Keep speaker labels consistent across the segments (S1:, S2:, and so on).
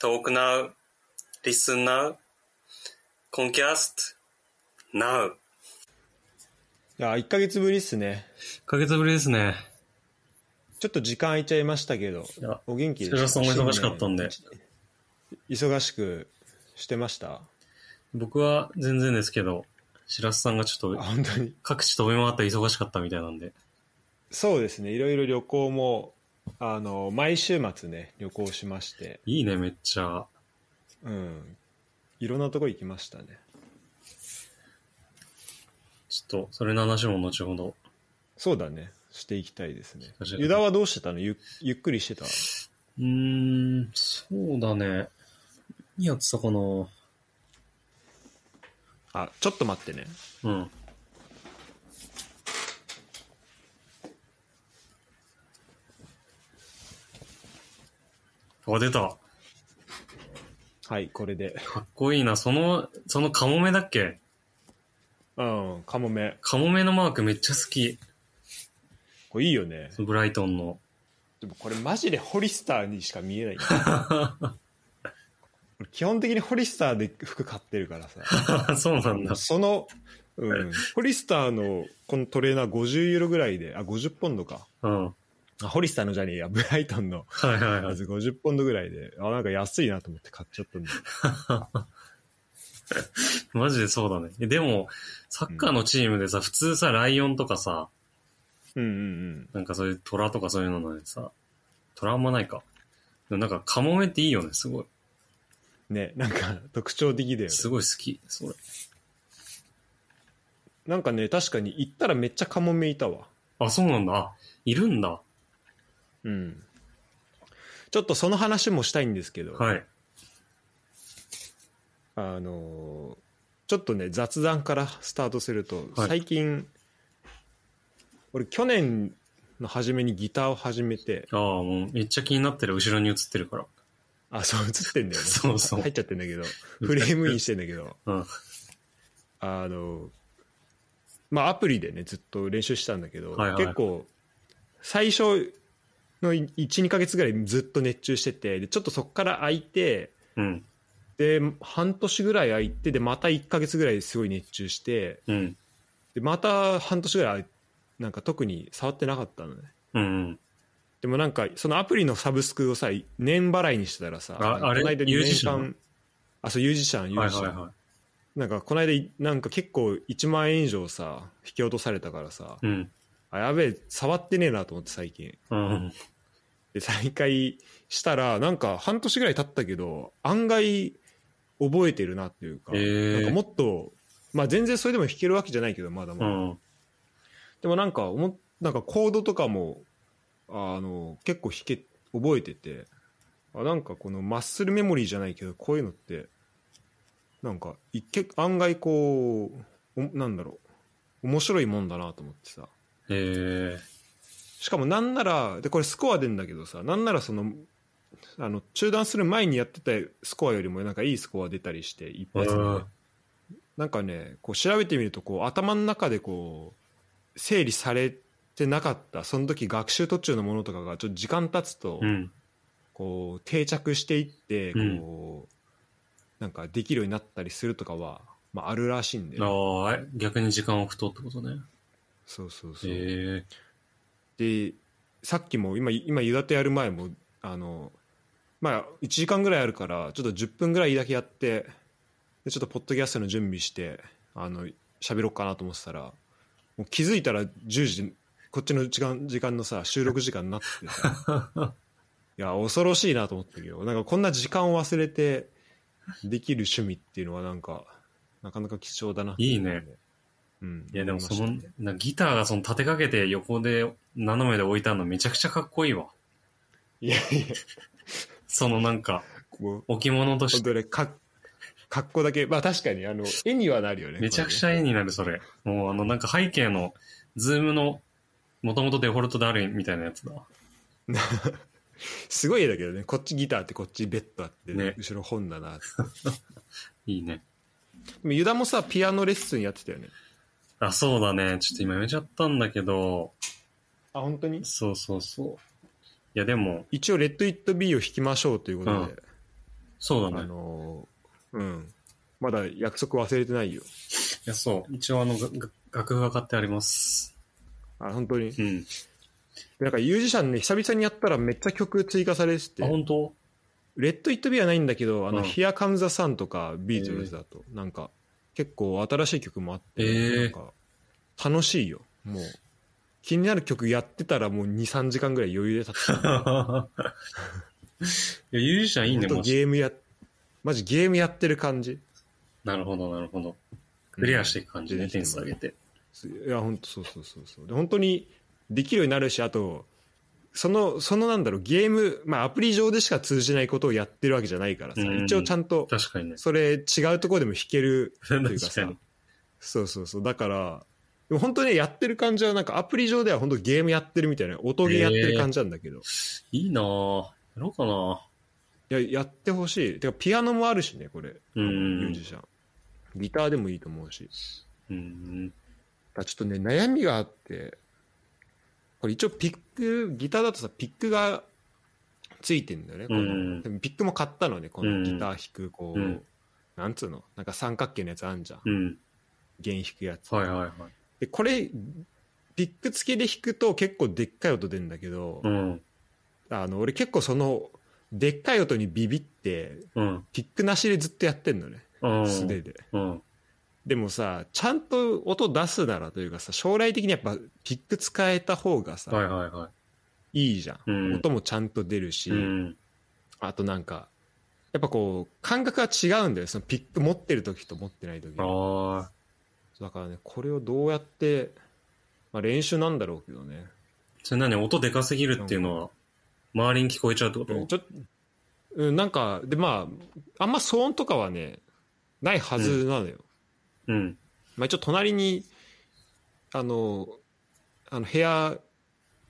S1: Talk now. Listen now. Concast now.
S2: いや、1ヶ月ぶりっすね。
S1: 1ヶ月ぶりですね。
S2: ちょっと時間空いちゃいましたけど
S1: いや、
S2: お元気
S1: それはその忙しかったんで。
S2: 新年忙しくしてました
S1: 僕は全然ですけど、白洲さんがちょっ
S2: あ
S1: と
S2: 本当に。
S1: 各地飛び回ったり忙しかったみたいなんで。
S2: そうですね、いろいろ旅行も、あの、毎週末ね、旅行しまして、
S1: いいね、めっちゃ。
S2: うん。いろんなとこ行きましたね。
S1: ちょっと、それの話も後ほど。
S2: そうだね、していきたいですね
S1: 確か。に
S2: ユダはどうしてたのゆゆっくりしてた
S1: うーん、そうだね。何やってたかな
S2: あ、ちょっと待ってね。
S1: うん。あ、出た。
S2: はい、これで。
S1: かっこいいな。その、そのカモメだっけ
S2: うん、カモメ。
S1: カモメのマークめっちゃ好き。
S2: これいいよね。
S1: ブライトンの。
S2: でもこれマジでホリスターにしか見えない。俺基本的にホリスターで服買ってるからさ。
S1: そうなんだ。
S2: その、うん、ホリスターのこのトレーナー50ユーロぐらいで、あ、50ポンドか。
S1: うん。は
S2: あホリスターのじゃねえや、ブライトンの
S1: いはいは
S2: や
S1: い。
S2: つ50ポンドぐらいで、あ、なんか安いなと思って買っちゃったんだ。
S1: マジでそうだね。えでも、サッカーのチームでさ、普通さ、ライオンとかさ、
S2: うんうん
S1: なんかそういう虎とかそういうのでさ、虎あんまないか。でもなんかカモメっていいよね、すごい。
S2: うん。ね、なんか特徴的だよね。
S1: すごい好き、それ。
S2: なんかね、確かに行ったらめっちゃカモメいたわ。
S1: あ、そうなんだ。あいるんだ。
S2: うん。ちょっとその話もしたいんですけど、
S1: はい。
S2: あのーちょっとね雑談からスタートすると、
S1: はい
S2: 最近俺去年の初めにギターを始めて
S1: ああ、もうめっちゃ気になってる。後ろに映ってるから。
S2: あそう映ってんだよね
S1: そうそう
S2: 入っちゃってんだけどフレームインしてんだけど
S1: うん。
S2: あのーまあアプリでねずっと練習してたんだけど、
S1: はいはい
S2: 結構最初の12ヶ月ぐらいずっと熱中しててでちょっとそこから空いて
S1: うん。
S2: で半年ぐらい空いてでまた1ヶ月ぐらいすごい熱中して
S1: うん。
S2: でまた半年ぐらいなんか特に触ってなかったのね
S1: うんうん。
S2: でもなんかそのアプリのサブスクをさ年払いにしてたらさ
S1: ああれ
S2: この間
S1: U 字
S2: 年
S1: じゃん
S2: 間あそう U 字社の U
S1: はい
S2: 字社
S1: はいは
S2: なんかこの間なんか結構1万円以上さ引き落とされたからさ、
S1: い。うん。
S2: あやべえ触ってねえなと思って最近
S1: うん。
S2: で再開したらなんか半年ぐらい経ったけど案外覚えてるなっていうか,、
S1: へえ
S2: なんかもっとまあ全然それでも弾けるわけじゃないけどまだま
S1: う
S2: だ、
S1: ん。
S2: でもなんかおも、なんかコードとかも、あの、結構弾け、覚えてて、あなんかこのマッスルメモリーじゃないけど、こういうのって、なんか、いけ案外こう、おなんだろう、面白いもんだなと思ってさ。
S1: ええ。
S2: しかもなんなら、で、これスコア出んだけどさ、なんならその、あの、中断する前にやってたスコアよりもなんかいいスコア出たりして、一発で、
S1: うん
S2: なんかね、こう調べてみると、こう頭の中でこう、整理されてなかった、その時学習途中のものとかがちょっと時間経つと、
S1: うん。
S2: こう定着していって、
S1: うん
S2: こう、なんかできるようになったりするとかは、まああるらしいんで。
S1: ああ、え逆に時間を置くとってことね。
S2: そうそうそう。
S1: ええ。
S2: で、さっきも今、今、湯立てやる前も、あの、まあ1時間ぐらいあるから、ちょっと10分ぐらいだけやって、でちょっとポッドキャストの準備してあの喋ろうかなと思ってたらもう気づいたら10時こっちの時間時間のさ収録時間になっててさ いや恐ろしいなと思ったけどなんかこんな時間を忘れてできる趣味っていうのはなんかなかなか貴重だなって
S1: いいね。
S2: うん、
S1: いやでもそ
S2: 思
S1: の
S2: いましたね、
S1: なギターがその立てかけて横で斜めで置いたのめちゃくちゃかっこいいわ。
S2: いやいや
S1: そのなんか、
S2: こう
S1: 置物とし
S2: 本
S1: て。
S2: 当ねか格好だけまあ確かにあの絵にはなるよね
S1: めちゃくちゃ
S2: これ
S1: 絵
S2: ね
S1: になる、それ。もうあの、なんか背景の、ズームの、もともとデフォルトであるみたいなやつだ。
S2: すごい絵だけどねこっちギターってこっちベッドあって、
S1: ね
S2: 後ろ本だなって
S1: いいね。
S2: でもユダもさピアノレッスンやってたよね
S1: あ、そうだね。ちょっと今やめちゃったんだけど、
S2: あ本当に
S1: そうそうそう。いやでも、
S2: 一応「レッド・イット・ビー」を弾きましょうということで、
S1: うんそう
S2: あ
S1: だね。
S2: のうんまだ約束忘れてないよ
S1: いや、そう。一応、あの、がが楽譜が買ってあります。
S2: あ本当にで
S1: うん。
S2: なんかミュージシャンね久々にやったらめっちゃ曲追加されてて
S1: あ、本当
S2: レッド・イット・ビーはないんだけど「あの
S1: うん
S2: Here Comes the Sun」とかビートルズだと、なんか結構新しい曲もあって、
S1: えー
S2: なんか楽しいよもう気になる曲やってたらもう23時間ぐらい余裕で立
S1: いや、ユージシ ャンいいね、
S2: ほん
S1: も
S2: と
S1: う。
S2: ゲームやマジゲームやってる感じ
S1: なるほど、なるほど。クリアしていく感じ
S2: う
S1: で
S2: ん
S1: 点数上げて。
S2: いや本当そうそうそうそうで本当にできるようになるしあとそのそのなんだろうゲーム、まあ、アプリ上でしか通じないことをやってるわけじゃないからさ、
S1: うん
S2: 一応ちゃんと
S1: 確かにね。
S2: それ違うところでも弾けるというか
S1: 確か
S2: さ
S1: に
S2: そうそうそうだからでも本当にやってる感じはなんかアプリ上では本当ゲームやってるみたいな音ゲーやってる感じなんだけど、
S1: いいなぁ。やろうかない
S2: ややってほしいてかピアノもあるしねこれ
S1: うん
S2: ミュージシャンギターでもいいと思うし
S1: うん。
S2: ただちょっとね悩みがあってこれ一応ピックギターだとさピックがついてんだよね、この
S1: うん
S2: でもピックも買ったのねこのギター弾くこう、
S1: うん
S2: なんつうのなんか三角形のやつあんじゃん
S1: うん。
S2: 弦弾くやつ
S1: はいはいはい。
S2: でこれピック付きで弾くと結構でっかい音出るんだけど、
S1: うん。
S2: あの俺結構そのでっかい音にビビって
S1: うん。
S2: ピックなしでずっとやってんのね
S1: うん。
S2: 素手で
S1: うん。
S2: でもさちゃんと音出すならというかさ将来的にやっぱピック使えた方がさ、
S1: はいはいはい
S2: いじゃん、
S1: うん
S2: 音もちゃんと出るし、
S1: い。うん。
S2: あとなんかやっぱこう感覚が違うんだよそのピック持ってる時と持ってない時
S1: ああ。
S2: だからねこれをどうやって、まあ、練習なんだろうけどね
S1: それ何音でかすぎるっていうのは、周りに聞こえちゃうってこ
S2: ちょっ
S1: と
S2: と、うん、なんかでまああんま騒音とかはねないはずなのよ、
S1: うん。
S2: まあ、一応隣にあのあの部屋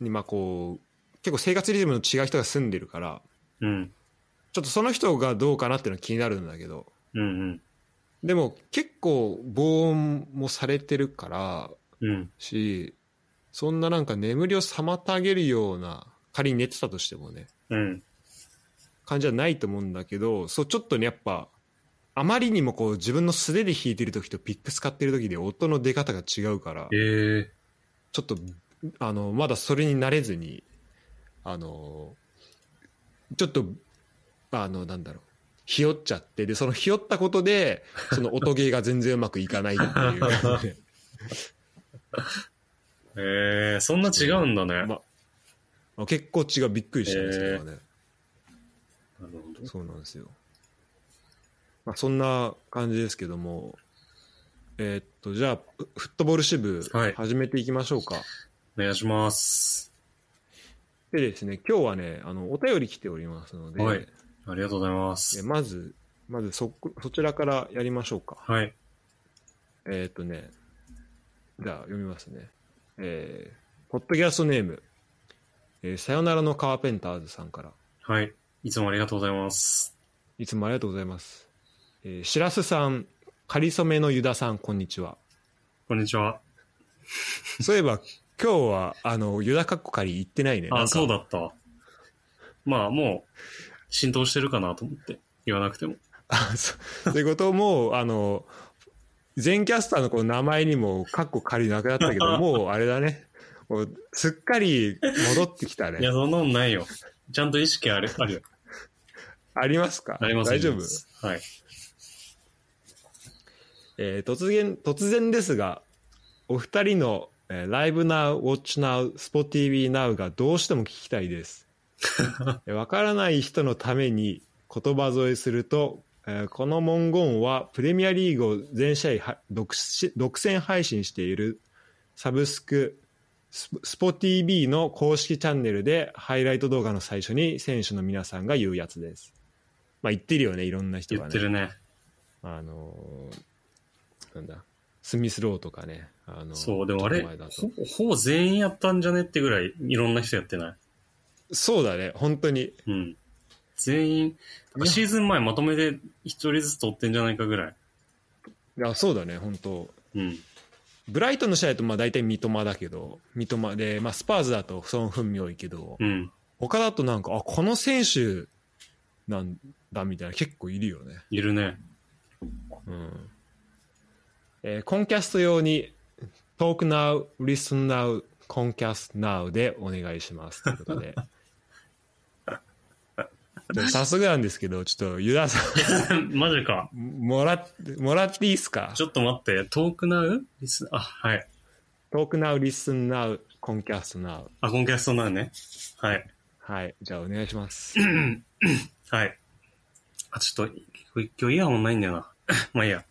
S2: にまあこう結構生活リズムの違う人が住んでるから
S1: うん。
S2: ちょっとその人がどうかなっていうのは気になるんだけど
S1: うん
S2: でも結構防音もされてるから
S1: うん。うん。
S2: しそんななんか眠りを妨げるような仮に寝てたとしてもね
S1: うん。
S2: 感じはないと思うんだけどそうちょっとねやっぱあまりにもこう自分の素手で弾いてる時とピック使ってる時で音の出方が違うから
S1: ええ。
S2: ちょっとあのまだそれに慣れずにあのちょっとあのなんだろうひよっちゃってでそのひよったことでその音ゲーが全然うまくいかないっていう
S1: ええ、そんな違うんだね。なる
S2: まあ結構違うびっくりしたねそれはね、
S1: ほど。
S2: そうなんですよ、まあ、そんな感じですけどもえーっとじゃあフフットボール支部
S1: はい
S2: 始めていきましょうか、
S1: お願いします。
S2: でですね今日はねあのお便り来ておりますので、
S1: はいありがとうございま
S2: え
S1: す。
S2: まず、まずそこ、そちらからやりましょうか。
S1: はい。
S2: えーっ、とね、じゃあ読みますね。えー、ポッドキャストネーム、えーさよならのカーペンターズさんから、
S1: はい。いつもありがとうございます。
S2: いつもありがとうございます。えー、しらすさん、かりそめのゆださん、こんにちは。
S1: こんにちは。
S2: そういえば、今日は、あの、ゆだかっこかり行ってないね。なん
S1: あ、
S2: か
S1: そうだった。まあ、もう、浸透してるかなと思って、言わなくても。
S2: あ そうということも、あの、全キャスターのこの名前にも、カッコ仮なくなった けど、もうあれだね。もうすっかり戻ってきた
S1: いや、
S2: ね。
S1: そんなもんないよ。ちゃんと意識あ る、あるよ。
S2: ありますか
S1: あります
S2: 大丈夫、
S1: はい。
S2: えー突然、突然ですが、お二人の、えー、Live Now、Watch Now、SpotTV Now がどうしても聞きたいです。えーわからない人のために言葉添えすると、えーこの文言はプレミアリーグを全試合は独し独占配信しているサブスク、ススポ TV の公式チャンネルでハイライト動画の最初に選手の皆さんが言うやつです。まあ言ってるよね、いろんな人
S1: 言
S2: がね。
S1: ってるね。
S2: あのーなんだ、スミスローとかね、あの
S1: そう、でもあれ
S2: ちょっと前だ、
S1: ほ
S2: と
S1: ほぼ全員やったんじゃねってぐらい、いろんな人やってない。
S2: そうだね、本当に。
S1: うん。全員、
S2: いや
S1: シーズン前まとめて一人ずつ取ってんじゃないかぐらい。
S2: いや、そうだね、本当。
S1: うん。
S2: ブライトンの試合だとまあ大体三笘だけど、三笘で、まあ、スパーズだとソン・フンミョイけど、
S1: うん。
S2: 他だとなんか、あ、この選手、なんだみたいな結構いるよね。
S1: いるね。
S2: うんえーコンキャスト用に Talk Now, Listen Now, Concast Now でお願いしますというこ とで。でも早速なんですけど、ちょっとユダさ
S1: マジか。
S2: ん、もらって、もらっていいですか
S1: ちょっと待って、トークナウリスあ、はい。
S2: ?Talk Now, Listen Now, Concast Now。
S1: あ、コンキャストナウね。はい。
S2: はい。じゃあお願いします。
S1: はい。あ、ちょっと、今日今日イヤホンないんだよな。 まあいいや。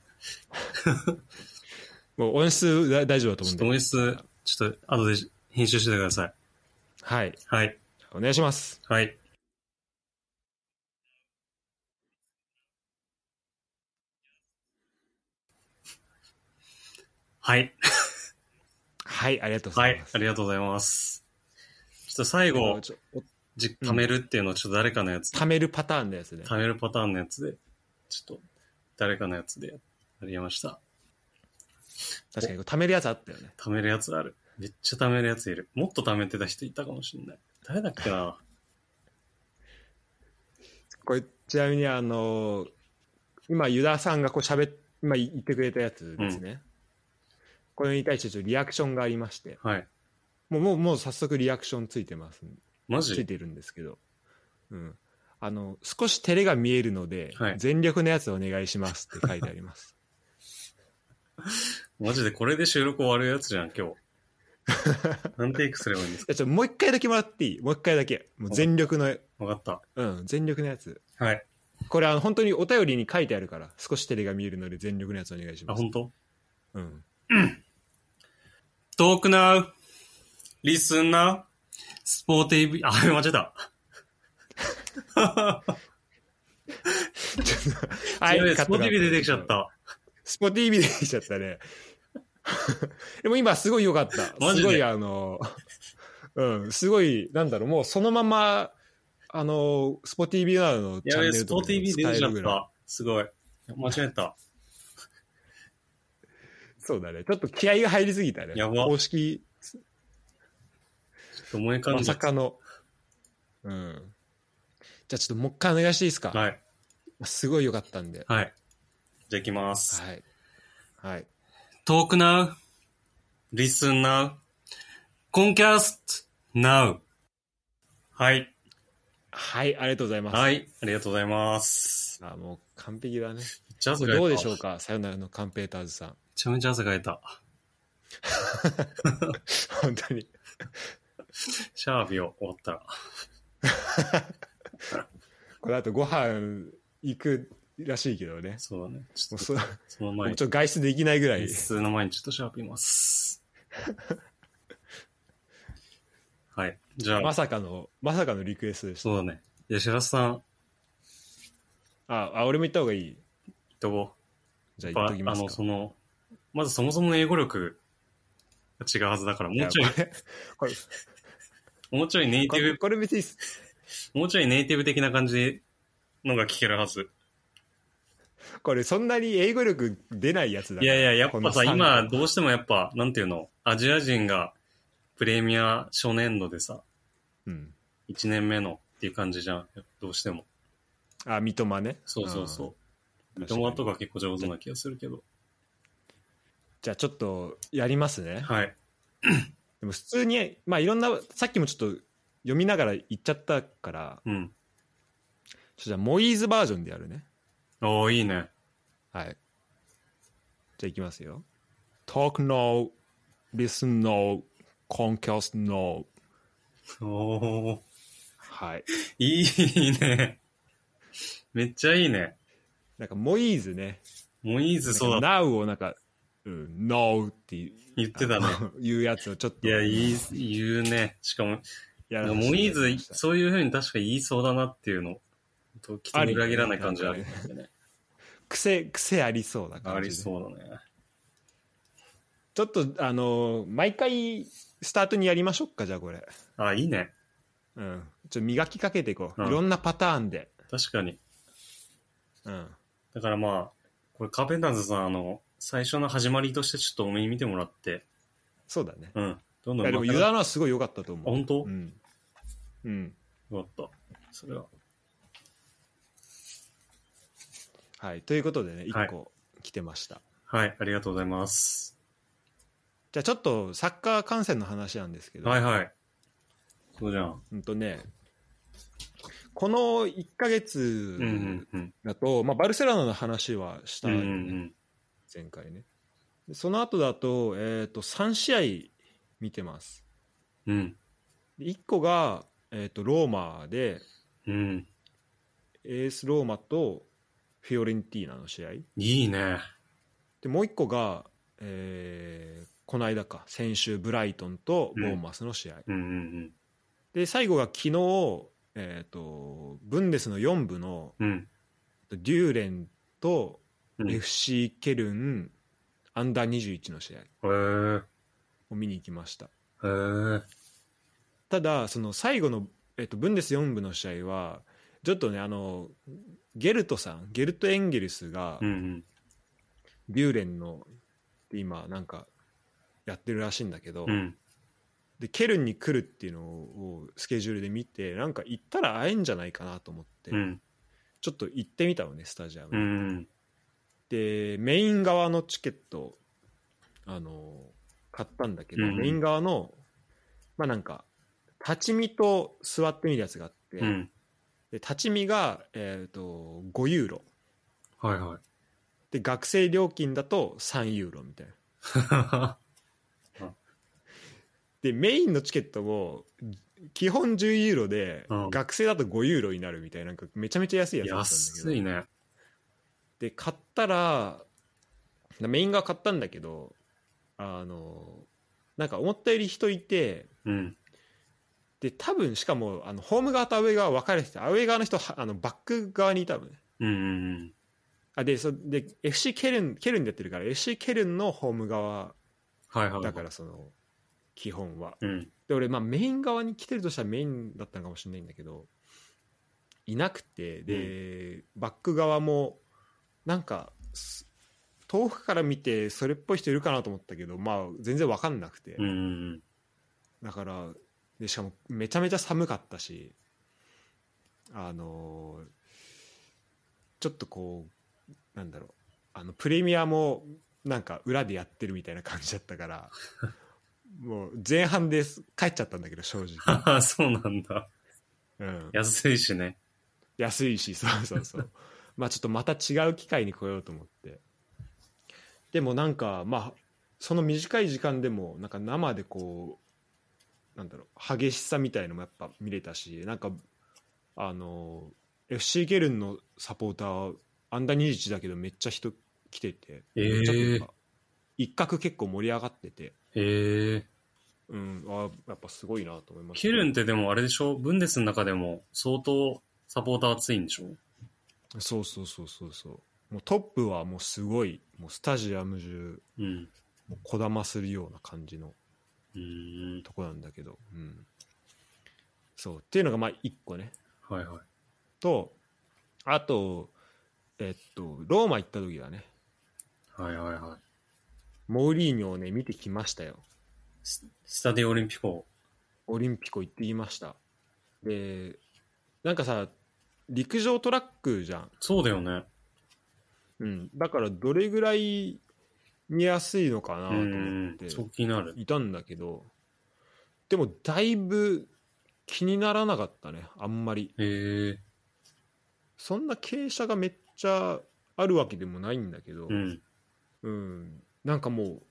S2: もう音質だ大丈夫だと
S1: ち
S2: 思
S1: ょ
S2: う
S1: っ
S2: ん
S1: と
S2: で。
S1: 音質、ちょっと後で編集しててください。
S2: はい。
S1: はい。
S2: お願いします。
S1: はい。はい。
S2: はい。ありがとうご
S1: は
S2: ざい
S1: い
S2: ま。す。
S1: ありがとうございます。ちょっと最後、
S2: ちょっとお
S1: じ貯めるっていうのはちょっと誰かのやつ、
S2: 貯めるパターンのやつね。
S1: 貯めるパターンのやつで、ちょっと誰かのやつでやりました。
S2: 確かに、貯めるやつあったよね。
S1: 貯めるやつある。めっちゃ貯めるやついる。もっと貯めてた人いたかもしれない。誰だっけな
S2: これちなみにあの今ユダさんがこう喋っ今言ってくれたやつですね、これに対してちょっとリアクションがありまして
S1: はい。
S2: もうもうもう早速リアクションついてます
S1: マ
S2: つい
S1: ジ
S2: てるんですけど、うん、あの少し照れが見えるので、
S1: はい
S2: 全力のやつお願いしますって書いてあります
S1: マジでこれで収録終わるやつじゃん、今日。 何テイクすればいいんです
S2: いやちょっともう一回だけもらっていいもう一回だけもう全力の、
S1: かわかっ
S2: うん、全力のやつ
S1: た。はい。
S2: これあの本当にお便りに書いてあるから少し照れが見えるので全力のやつお願いし
S1: あ、
S2: ます
S1: 本当
S2: うん
S1: トークナウ、リスンナウ、スポーティビ、あ、間違え た。
S2: は
S1: やべえスポーティビ出てき
S2: き
S1: ちゃっ。た。
S2: スポティビ出てきちゃったね。 でも今すごい良かった。
S1: マジです
S2: ごいあの、 うん、すごい、なんだろう、もうそのまま、あの、スポティビなどのチ
S1: や
S2: ャン
S1: べ
S2: ネ
S1: え、
S2: ル
S1: スポ
S2: と
S1: ー
S2: か
S1: ティ
S2: に
S1: ビ
S2: も
S1: 出て
S2: 使え
S1: きちゃ
S2: る
S1: っ
S2: ぐらい。
S1: た。すごい。間違えた。
S2: そうだね。ちょっと気合が入りすぎたね。
S1: やば
S2: 公式、
S1: ちょっと思い浮かん
S2: ま
S1: じゃ
S2: さ
S1: っ
S2: かの。うん。じゃあちょっともう一回お願いしていいですか、
S1: た。はい。
S2: すごい良かったんで。
S1: はい。じゃあ行きます。
S2: はい。はい。
S1: トークナウ、リスンナウ、コンキャストナウ。はい。
S2: はい、ありがとうございます。
S1: はい。ありがとうございます。
S2: あもう完璧だね。
S1: めっちゃ汗かいた。
S2: どうでしょう
S1: め
S2: かさよならのカンペーターズさん。
S1: ちゃめちゃ汗かいた。
S2: 本当に。
S1: シャービを終わったら。
S2: これあとご飯行くらしいけどね。
S1: そうだね。ちょっと
S2: もうそも
S1: その
S2: う
S1: 前に
S2: ちょっと外出できないぐらい。
S1: 日数の前にちょっとシャープいます。はい。じゃあ、
S2: まさかの、まさかのリクエストでした。
S1: そうだね。じゃあ、白洲さん、行っ
S2: あ、あ俺も行った方がいい。
S1: とこ
S2: じゃ
S1: う。
S2: あ
S1: やっ
S2: 行っ
S1: ぱ
S2: とき
S1: あ
S2: ます
S1: の、
S2: か
S1: そ。の、まずそもそもの英語力が違うはずだから、もうちょい
S2: や、これ これ
S1: もうちょいネイ
S2: こ
S1: ティ
S2: れこれ別に、
S1: ブ、もうちょいネイティブ的な感じのが聞けるはず。
S2: これそんなに英語力出ないやつだ
S1: い
S2: から
S1: やいや、やっ
S2: こ
S1: ぱ
S2: の
S1: さ、
S2: 三
S1: 今、どうしてもやっぱ、なんていうの、アジア人がプレミア初年度でさ、
S2: うん。
S1: 1年目のっていう感じじゃん。どうしても。
S2: あ、三笘ね。
S1: そうそうそう。
S2: うん。
S1: 友達と
S2: 確かに
S1: か結構上手な気がするけど。
S2: じゃあちょっとやりますね。
S1: はい。
S2: でも普通に、まあいろんな、さっきもちょっと読みながら言っちゃったから、
S1: うん。
S2: ちょっとじゃあモイーズバージョンでやるね。
S1: おー、いいね。
S2: はい。じゃあいきますよ。Talk no, listen no, conquest no.
S1: おー、
S2: はい。
S1: いいね。めっちゃいいね。
S2: なんか、モイーズね。
S1: もういいず、そうだ。
S2: だ。now をなんか、うん、no って言
S1: 言ってたね。
S2: ういうやつをちょっと。
S1: いや、いい、言うね。しかも、
S2: や
S1: なん
S2: ら
S1: か
S2: させ
S1: もう
S2: て
S1: い
S2: い
S1: い
S2: ただ
S1: ず
S2: きまし、た
S1: そういうふうに確か言いそうだなっていうの。と、きっと裏切らない感じあるよね。
S2: 癖、癖ありそうな感じ
S1: あ
S2: で。
S1: りそうだね。
S2: ちょっと、あのー毎回、スタートにやりましょうか、じゃあこれ。
S1: あ、いいね。
S2: うん。ちょっと磨きかけていこう。
S1: うん
S2: いろんなパターンで。
S1: 確かに。
S2: うん。
S1: だからまあ、これカーペンターズさん、あの、最初の始まりとしてちょっとお目に見てもらって、
S2: そうだね。
S1: うん。どんど
S2: い
S1: ん
S2: や、でも、
S1: 上手
S2: ユ
S1: く
S2: ダ
S1: なっ
S2: のはすごい良かったと思う。
S1: あ本当
S2: うん。うん。
S1: よかった。それは。
S2: はい。ということでね、
S1: はい
S2: 1個来てました。
S1: はい、ありがとうございます。
S2: じゃあちょっとサッカー観戦の話なんですけど、
S1: はいはい。そうじゃん。
S2: うんとね、この1ヶ
S1: うんう
S2: 月
S1: んうん。
S2: だと、まあ、バルセロナの話はした
S1: う
S2: よ
S1: ん
S2: ね、
S1: うん
S2: 前回ね。でその後だと、えっ、と、3試合見てます。
S1: うん。うん。
S2: で1個が、えっ、と、ローマで、
S1: うん。
S2: エースローマとフィオレンティーナの試合。
S1: いいね。
S2: で、もう1個が、えーこの間か、先週、ブライトンとボーンマスの試合。
S1: うんうん
S2: で、最後が昨日、えっ、と、ブンデスの4部の
S1: うん。うん。
S2: デューレンと
S1: うん
S2: FC ケルン、アンダー21の試合
S1: へえ。
S2: を見に行きました。
S1: へえ。
S2: ただその最後の、えっと、ブンデス4部の試合はちょっとねあのゲルトさんゲルト・エンゲルスが
S1: うんうん。
S2: ビューレンの今なんかやってるらしいんだけど、
S1: うん。
S2: でケルンに来るっていうのをスケジュールで見てなんか行ったら会えんじゃないかなと思って、
S1: うん。
S2: ちょっと行ってみたのねスタジアム
S1: う
S2: に、
S1: ん。
S2: でメイン側のチケットあの買ったんだけど、
S1: うん
S2: メイン側のまあなんか立ち見と座ってみるやつがあって、
S1: うん。
S2: で立ち見が、えー、と5ユーロ
S1: はいはい。
S2: で学生料金だと3ユーロみたいなでメインのチケットも基本10ユーロで、
S1: うん
S2: 学生だと5ユーロになるみたいななんかめちゃめちゃ安いやつだったんだけ ど
S1: 安いね。
S2: で買ったらメイン側買ったんだけどあのなんか思ったより人いて
S1: うん。
S2: で多分しかもあのホーム側とアウェー側分かれててアウェー側の人はあのバック側にいたのね
S1: うんうん
S2: あでそで FC ケルンケルンでやってるから FC ケルンのホーム側
S1: うん。はいはい。
S2: だからその基本は
S1: うん。
S2: で俺まあメイン側に来てるとしたらメインだったのかもしれないんだけどいなくてで、バック側もなんかす遠くから見てそれっぽい人いるかなと思ったけどまあ全然分かんなくて、
S1: うんうん
S2: だからでしかもめちゃめちゃ寒かったしあのーちょっとこうなんだろうあのプレミアもなんか裏でやってるみたいな感じだったからもう前半です帰っちゃったんだけど正 直、
S1: うん。そうなんだ。
S2: うん、
S1: 安いしね。
S2: 安いしそうそう そうまあちょっとまた違う機会に来ようと思ってでもなんかまあその短い時間でもなんか生でこうなんだろう激しさみたいのもやっぱ見れたしなんかあの FC ゲルンのサポーターアンダー21だけどめっちゃ人来てて、
S1: えー
S2: めっちゃというか一角結構盛り上がってて、
S1: へえ。
S2: うん、あやっぱすごいなと思いました
S1: ケルンってでもあれでしょブンデスの中でも相当サポーター熱いんでしょ
S2: そうそうそうそうそうもうトップはもうすごいもうスタジアム中
S1: うん。
S2: もうこだまするような感じの
S1: うん。
S2: とこなんだけど、うん、そうっていうのがまあ1個ね
S1: はいはい。
S2: とあとえっとローマ行った時はね
S1: はいはいはい。
S2: モーリーニョをね見てきましたよ
S1: ススタディオオリンピコ。
S2: オリンピコ行ってきましたでなんかさ陸上トラックじゃん、
S1: そうだよね。
S2: うん、だからどれぐらい見やすいのかな
S1: う
S2: と
S1: ん
S2: 思
S1: う
S2: っ
S1: ん
S2: て、。
S1: そう気になる。
S2: いたんだけどでもだいぶ気にならなかったねあんまり
S1: へえ。
S2: そんな傾斜がめっちゃあるわけでもないんだけど
S1: う、ん。
S2: うんなんかもう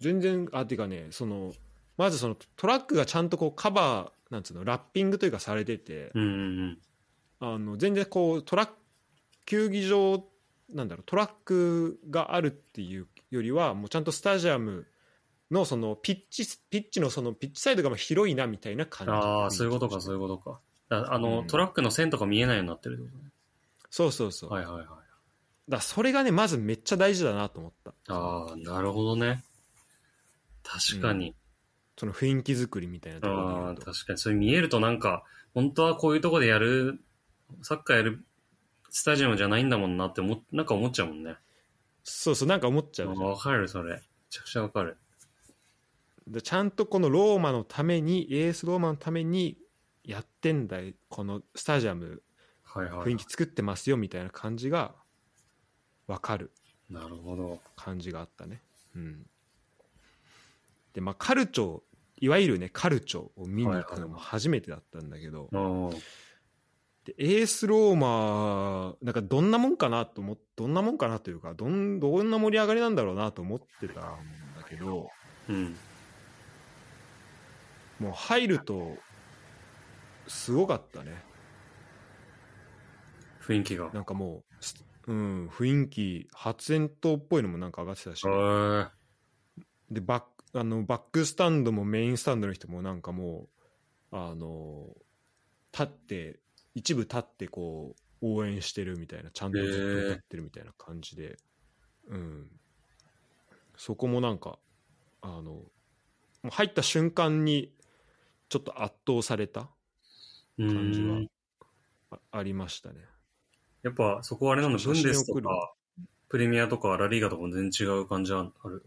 S2: 全然あていうかねそのまずそのトラックがちゃんとこうカバーなんつうのラッピングというかされてて、
S1: うんうんうん。
S2: あの全然こうトラック球技場なんだろうトラックがあるっていうよりはもうちゃんとスタジアムのそのピッチピッチのそのピッチサイドがまあ広いなみたいな感じ
S1: ああ、そういうことか、そういうことか。だあの、
S2: うん
S1: トラックの線とか見えないようになってるってこ
S2: そうそうそ
S1: と
S2: う、
S1: ね。はいはいはい。
S2: だからそれがねまずめっちゃ大事だなと思った
S1: ああ、なるほどね。確かに。
S2: その雰囲気作りみたいなところ
S1: あ
S2: で言
S1: あ
S2: う、と
S1: 確かに。それ見えるとなんか、本当はこういうとこでやる、サッカーやるスタジアムじゃないんだもんなって思っ、なんか思っちゃうもんね。
S2: そうそうなんか思っち
S1: あ
S2: ゃう
S1: ー
S2: じゃん
S1: わかる、それ。めちゃくちゃわかる。
S2: でちゃんとこのローマのためにエースローマのためにやってんだいこのスタジアム
S1: はいはい。
S2: 雰囲気作ってますよみたいな感じが分かる
S1: なるほど。
S2: 感じがあったね。うん、でまあカルチョいわゆるねカルチョを見に行くのも初めてだったんだけど、
S1: うん。
S2: でエースローマなんかどんなもんかなと思っどんなもんかなというかどんどんな盛り上がりなんだろうなと思ってたんだけど
S1: うん。
S2: もう入るとすごかったね
S1: 雰囲気が。へ
S2: なんかもうすうん雰囲気発煙筒っぽいのもなんか上がってたし
S1: ー
S2: でバックあのバックスタンドもメインスタンドの人もなんかもうあの立って一部立ってこう応援してるみたいなちゃんとずっと立ってるみたいな感じで、うん、そこもなんかあのもう入った瞬間にちょっと圧倒された
S1: うん
S2: 感じはあありましたね。
S1: やっぱそこはあれなんだ、ブンデス
S2: 写真送
S1: と
S2: る
S1: か、プレミアとかラリーガとかも全然違う感じはある。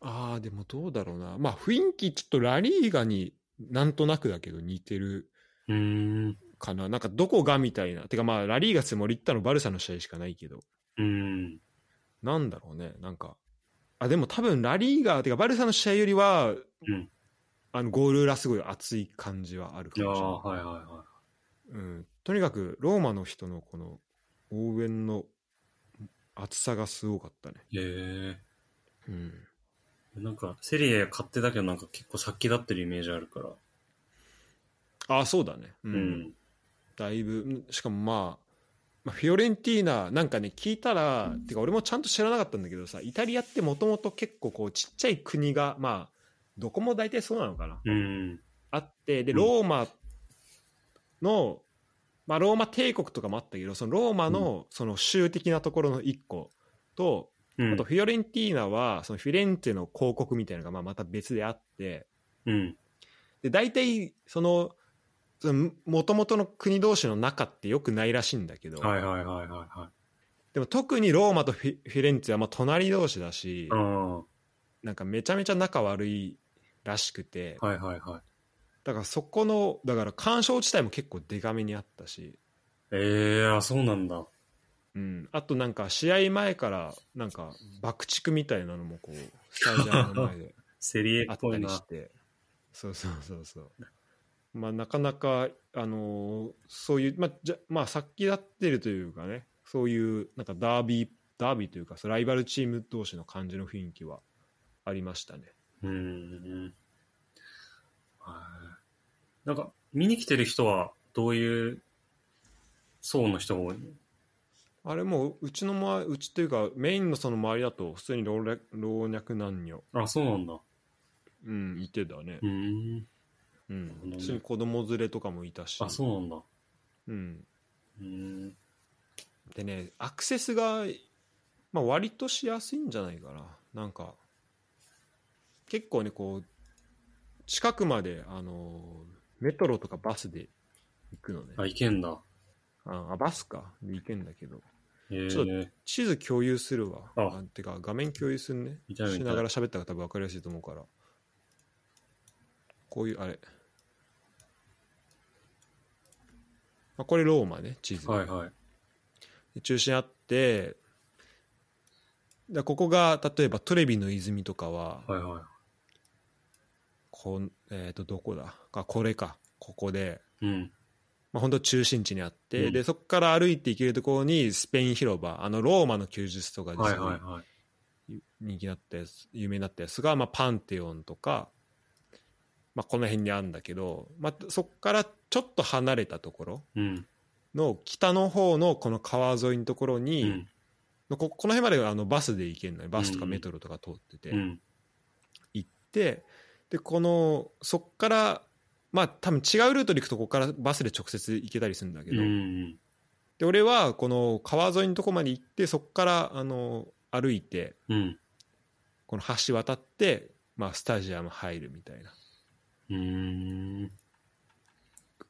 S2: ああでもどうだろうなまあ雰囲気ちょっとラリーガになんとなくだけど似てる
S1: うーん。
S2: かな。なんかどこがみたいな。てかまあラリーガつもリッタのバルサの試合しかないけど。
S1: うん。
S2: なんだろうね。なんか。あ、でも多分ラリーガてかバルサの試合よりは、
S1: うん
S2: あのゴール裏すごい熱い感じはあるか
S1: あ
S2: もし
S1: あ、
S2: れ
S1: はいはいは
S2: ない。うん。とにかくローマの人のこの応援の熱さがすごかったね。
S1: い。へえ。
S2: うん。
S1: なんか、セリエ買ってたけど、なんか結構先立ってるイメージあるから。
S2: あ、そうだね。う。
S1: うん
S2: だいぶ、しかもまあ、まあフィオレンティーナなんかね聞いたら、てか俺もちゃんと知らなかったんだけどさイタリアってもともと結構こうちっちゃい国がまあどこも大体そうなのかな
S1: うん。
S2: あってで
S1: うん
S2: ローマの、まあ、ローマ帝国とかもあったけどそのローマのその州的なところの一個と、
S1: うん。
S2: あとフィオレンティーナはそのフィレンツェの広告みたいなのがまあまた別であって
S1: うん。
S2: で大体そのもともとの国同士の仲ってよくないらしいんだけど、
S1: はいはいはいはいは
S2: でも特にローマとフィフィレンツェはまあ隣同士だし
S1: い。うん。は
S2: なんかめちゃめちゃ仲悪いらしくて
S1: いはいはい。
S2: だからそこのだから干渉地帯も結構デカめにあったし、
S1: ええあ、そうなんだ。
S2: うん、あとなんか試合前からなんか爆竹みたいなのもこうスタジアムの前 で
S1: セリエ
S2: あ
S1: っ
S2: っ
S1: ぽ
S2: た
S1: い
S2: り
S1: な
S2: し。てそうそうそうそう。まあ、なかなか、あのーそういう、まあじゃまあ、先立ってるというかねそういうなんかダービーダービーというかそうライバルチーム同士の感じの雰囲気はありましたね。
S1: うん。はいなんか、見に来てる人は、どういう層の人が多いの
S2: あれもううちのまうちというかメインのその周りだと普通に老若老若男女
S1: あ、そうなんだ。
S2: うんいてだね
S1: う、ーん。
S2: うん
S1: うん
S2: 普通に子供連れとかもいたし
S1: あ、そうなんだ。う
S2: うん、
S1: ーん。
S2: でねアクセスが、まあ、割としやすいんじゃないかななんか結構ねこう近くまであのメトロとかバスで行くのね、
S1: あ、いけんだ。
S2: ああバスかで行けんだけど
S1: ええ
S2: ちょっ地図共有するわ
S1: あ
S2: てか画面共有するね
S1: 見
S2: した
S1: い見たい
S2: ながら喋ったら多分分かりやすいと思うからこういうあれあこれローマね地図、
S1: はいはい。
S2: で中心あってだここが例えばトレビの泉とかは、
S1: はいは
S2: こんえっ、とどこだあこれかここで、
S1: い。うん。
S2: まあ、本当中心地にあって、
S1: うん
S2: でそこから歩いて行けるところにスペイン広場あのローマの休日とかです
S1: はい
S2: ね
S1: はいはい。
S2: 人気になったやつ有名になったやつが、まあ、パンテオンとか、まあ、この辺にあるんだけど、まあ、そこからちょっと離れたところ
S1: うん。
S2: の北の方のこの川沿いのところ
S1: う
S2: に、
S1: ん。
S2: ここの辺まではあのバスで行けるのよバスとか
S1: うん
S2: メトロとか通ってて、
S1: うん。
S2: 行ってでこのそこからまあ多分違うルートで行くとここからバスで直接行けたりするんだけ
S1: う
S2: ど、
S1: ん。
S2: で俺はこの川沿いのとこまで行ってそこからあの歩いて
S1: うん。
S2: この橋渡って、まあ、スタジアム入るみたいな
S1: うーん。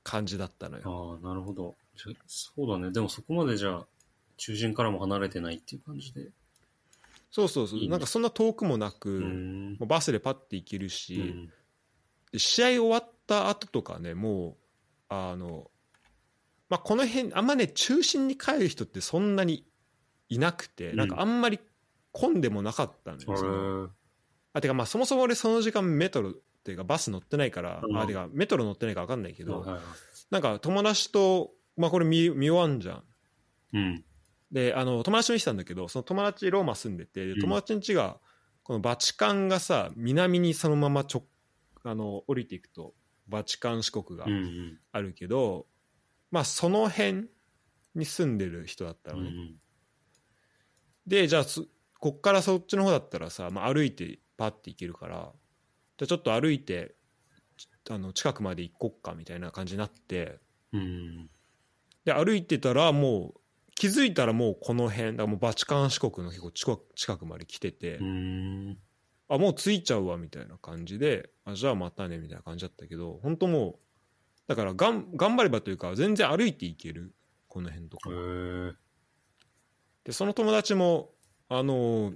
S2: 感じだったのよ。
S1: ああ、なるほど。じゃそうだね。でもそこまでじゃあ、中心からも離れてないっていう感じで。う
S2: そうそうそう
S1: いいね
S2: なんかそんな遠くもなく、
S1: ーん。
S2: もうバスでパッて行ける
S1: う
S2: し、
S1: ん。
S2: で試合終わった後とかねもうあの、まあ、この辺あんまね中心に帰る人ってそんなにいなくて、
S1: うん
S2: なんかあんまり混んでもなかったのよ、その
S1: うん
S2: あてかまあそもそも俺その時間メトロっていうかバス乗ってないから、
S1: うん
S2: あてかメトロ乗ってないから分かんないけど、
S1: はいはい
S2: なんか友達と、まあ、これ見見終わんじゃん
S1: うん。
S2: であの友達と見てたんだけどその友達ローマ住んでて
S1: うん
S2: 友達の家がこのバチカンがさ南にそのままちょあの降りていくとバチカン四国が
S1: うんうん
S2: あるけど、まあその辺に住んでる人だった
S1: う
S2: のね、
S1: ん
S2: でじゃあそこっからそっちの方だったらさ、まあ、歩いてパッて行けるからじゃあちょっと歩いてちあの近くまで行こっかみたいな感じになって
S1: うんうん
S2: で歩いてたらもう気づいたらもうこの辺だからもうバチカン四国の結構近く近くまで来てて、
S1: うん
S2: あもう着いちゃうわみたいな感じであじゃあまたねみたいな感じだったけど本当もうだからがん頑張ればというか全然歩いていけるこの辺とか
S1: へー
S2: でその友達もあのー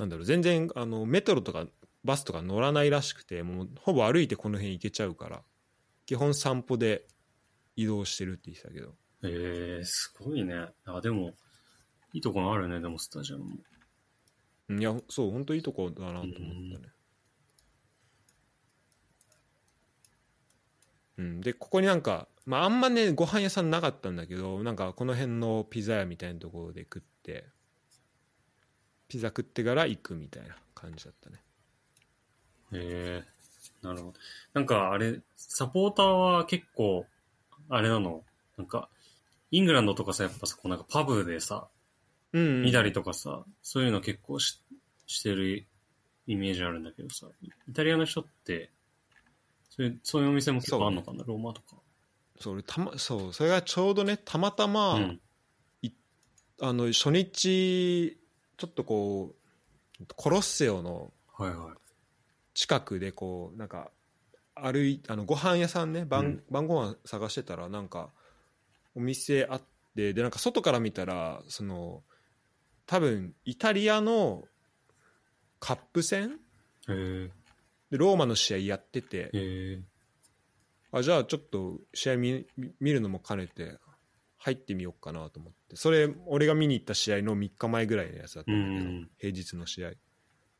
S2: なんだろう全然あのメトロとかバスとか乗らないらしくてもうほぼ歩いてこの辺行けちゃうから基本散歩で移動してるって言ってたけど
S1: えー、すごいね。あ、でも、いいところあるね、でもスタジアムも。
S2: うんいやそう本当いいとこだなと思ったねうん、でここになんか、まあ、あんまねご飯屋さんなかったんだけどなんかこの辺のピザ屋みたいなところで食ってピザ食ってから行くみたいな感じだったね
S1: えー、なるほど。なんかあれ、サポーターは結構、あれなの、なんか、イングランドとかさ、やっぱさ、こうなんかパブでさ、
S2: うんうん、
S1: 見たりとかさ、そういうの結構ししてるイメージあるんだけどさ、イタリアの人って、そういうそういうお店も結構あんのかな、ローマとか。
S2: そう俺たまそうそれがちょうどねたまたま、
S1: うん。
S2: あの初日ちょっとこうコロッセオの
S1: はいはい。
S2: 近くでこうなんか歩いあのご飯屋さんね晩,、
S1: うん
S2: 晩ご飯探してたらなんかお店あってでなんか外から見たらその多分イタリアのカップ戦
S1: へー
S2: でローマの試合やってて
S1: えー、
S2: あじゃあちょっと試合見見るのも兼ねて入ってみようかなと思ってそれ俺が見に行った試合の3日前ぐらいのやつだったんだけど、
S1: うん
S2: 平日の試合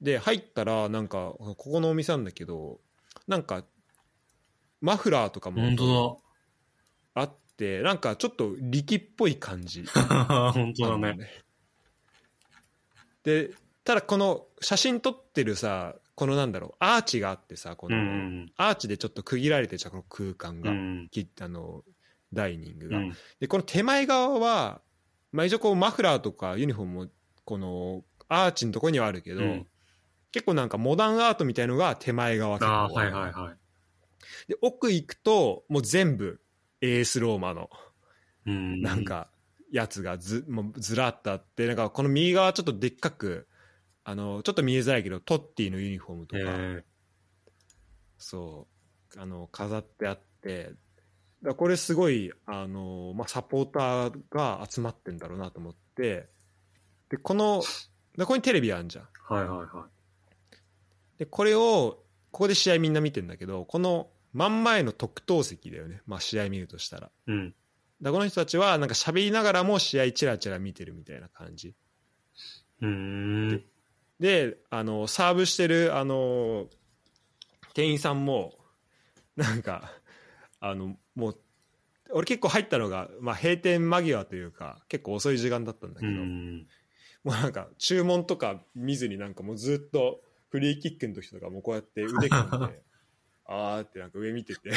S2: で入ったらなんかここのお店なんだけどなんかマフラーとか
S1: 本
S2: も
S1: 当
S2: あってなんかちょっと力っぽい 感じ
S1: だ。本当だ
S2: な
S1: ね
S2: ん。だよでただこの写真撮ってるさこのなんだろうアーチがあってさこ
S1: う
S2: の、
S1: ん
S2: アーチでちょっと区切られてちゃこの空
S1: う
S2: 間
S1: ん。う
S2: が、
S1: ん。
S2: きあのダイニング
S1: う
S2: が、
S1: ん。
S2: でこの手前側は、まあ、一応こうマフラーとかユニフォームもこのアーチのとこにはあるけど、
S1: うん
S2: 結構なんかモダンアートみたいのが手前側結構
S1: ああー、はいはいは
S2: で奥行くともう全部エースローマの
S1: い。うん。
S2: なん、かやつがず,、もうずらっとあってなんかこの右側ちょっとでっかくあのちょっと見えづらいけどトッティのユニフォームと
S1: え
S2: か、
S1: ー、
S2: そうあの飾ってあってだからこれすごいあの、まあ、サポーターが集まってんだろうなと思ってでこのでここにテレビあるじゃん
S1: はいはいは
S2: でこれをここで試合みんな見てんだけどこの真ん前の特等席だよね、まあ、試合見るとしたら
S1: い。うん。
S2: だからこの人たちはなんか喋りながらも試合チラチラ見てるみたいな感じ
S1: うーん。
S2: であのサーブしてるあの店員さんもなんかあのもう俺結構入ったのが、まあ、閉店間際というか結構遅い時間だったんだ
S1: う
S2: けど、も
S1: ん。
S2: うなんか注文とか見ずになんかもうずっとフリーキックの時とかもうこうやって腕組んであーってなんか上見てて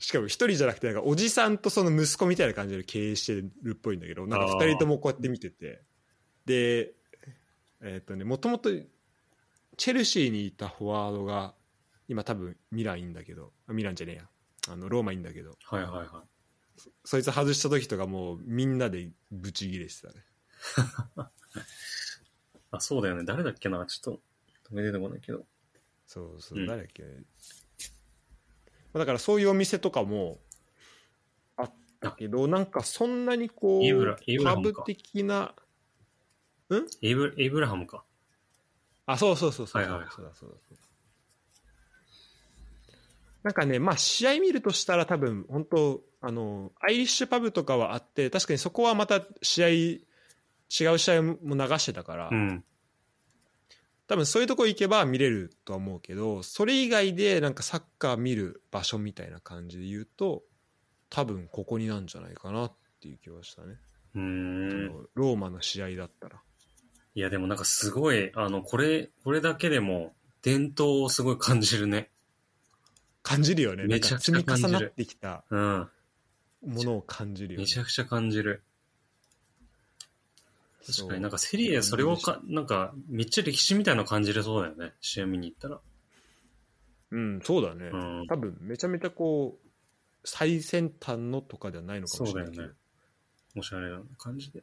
S2: しかも一人じゃなくてなんかおじさんとその息子みたいな感じで経営してるっぽいんだけどなんか二人ともこうやって見ててでえっ、とねもともとチェルシーにいたフォワードが今多分ミランいいんだけどあミランじゃねえやあのローマいいんだけど
S1: はいはいは
S2: そいつ外した時とかもうみんなでブチギレしてたね
S1: い。あ、そうだよね。誰だっけなちょっと、止めててこないけど。
S2: そうそううん誰だっけ、まあだからそういうお店とかもあったけどなんかそんなにこ
S1: イブライブ
S2: う
S1: ラ
S2: パ
S1: ハム
S2: ブ
S1: か
S2: 的な
S1: エイブエイブラハムか。
S2: あそうそうそうそう
S1: はいはい
S2: そうだそうだそうだなんかね、まあ、試合見るとしたら多分、本当あの、アイリッシュパブとかはあって、確かにそこはまた試合、違う試合も流してたから、
S1: うん。
S2: 多分そういうとこ行けば見れるとは思うけど、それ以外でなんかサッカー見る場所みたいな感じで言うと、多分ここになんじゃないかなっていう気はしたね。
S1: う
S2: そ
S1: ーん。
S2: のローマの試合だったら。
S1: いや、でもなんかすごい、あの、これ、これだけでも、伝統をすごい感じるね。
S2: 感じるよね。なん
S1: めち
S2: か
S1: ゃくち
S2: 積
S1: ゃ
S2: み
S1: 感じ
S2: 重
S1: る
S2: なってきた
S1: うん。
S2: ものを感じるよね
S1: め。ちゃくちゃ感じる。
S2: そう
S1: 確かになんかセリエそれをか、なんか、めっちゃ歴史みたいなの感じれそうだよね。試合見に行ったら。
S2: うん、そうだね。
S1: うん。
S2: 多分めちゃめちゃこう、最先端のとかではないのかもしれないけ
S1: そうだよ
S2: ど。
S1: ねおしゃれな感じで。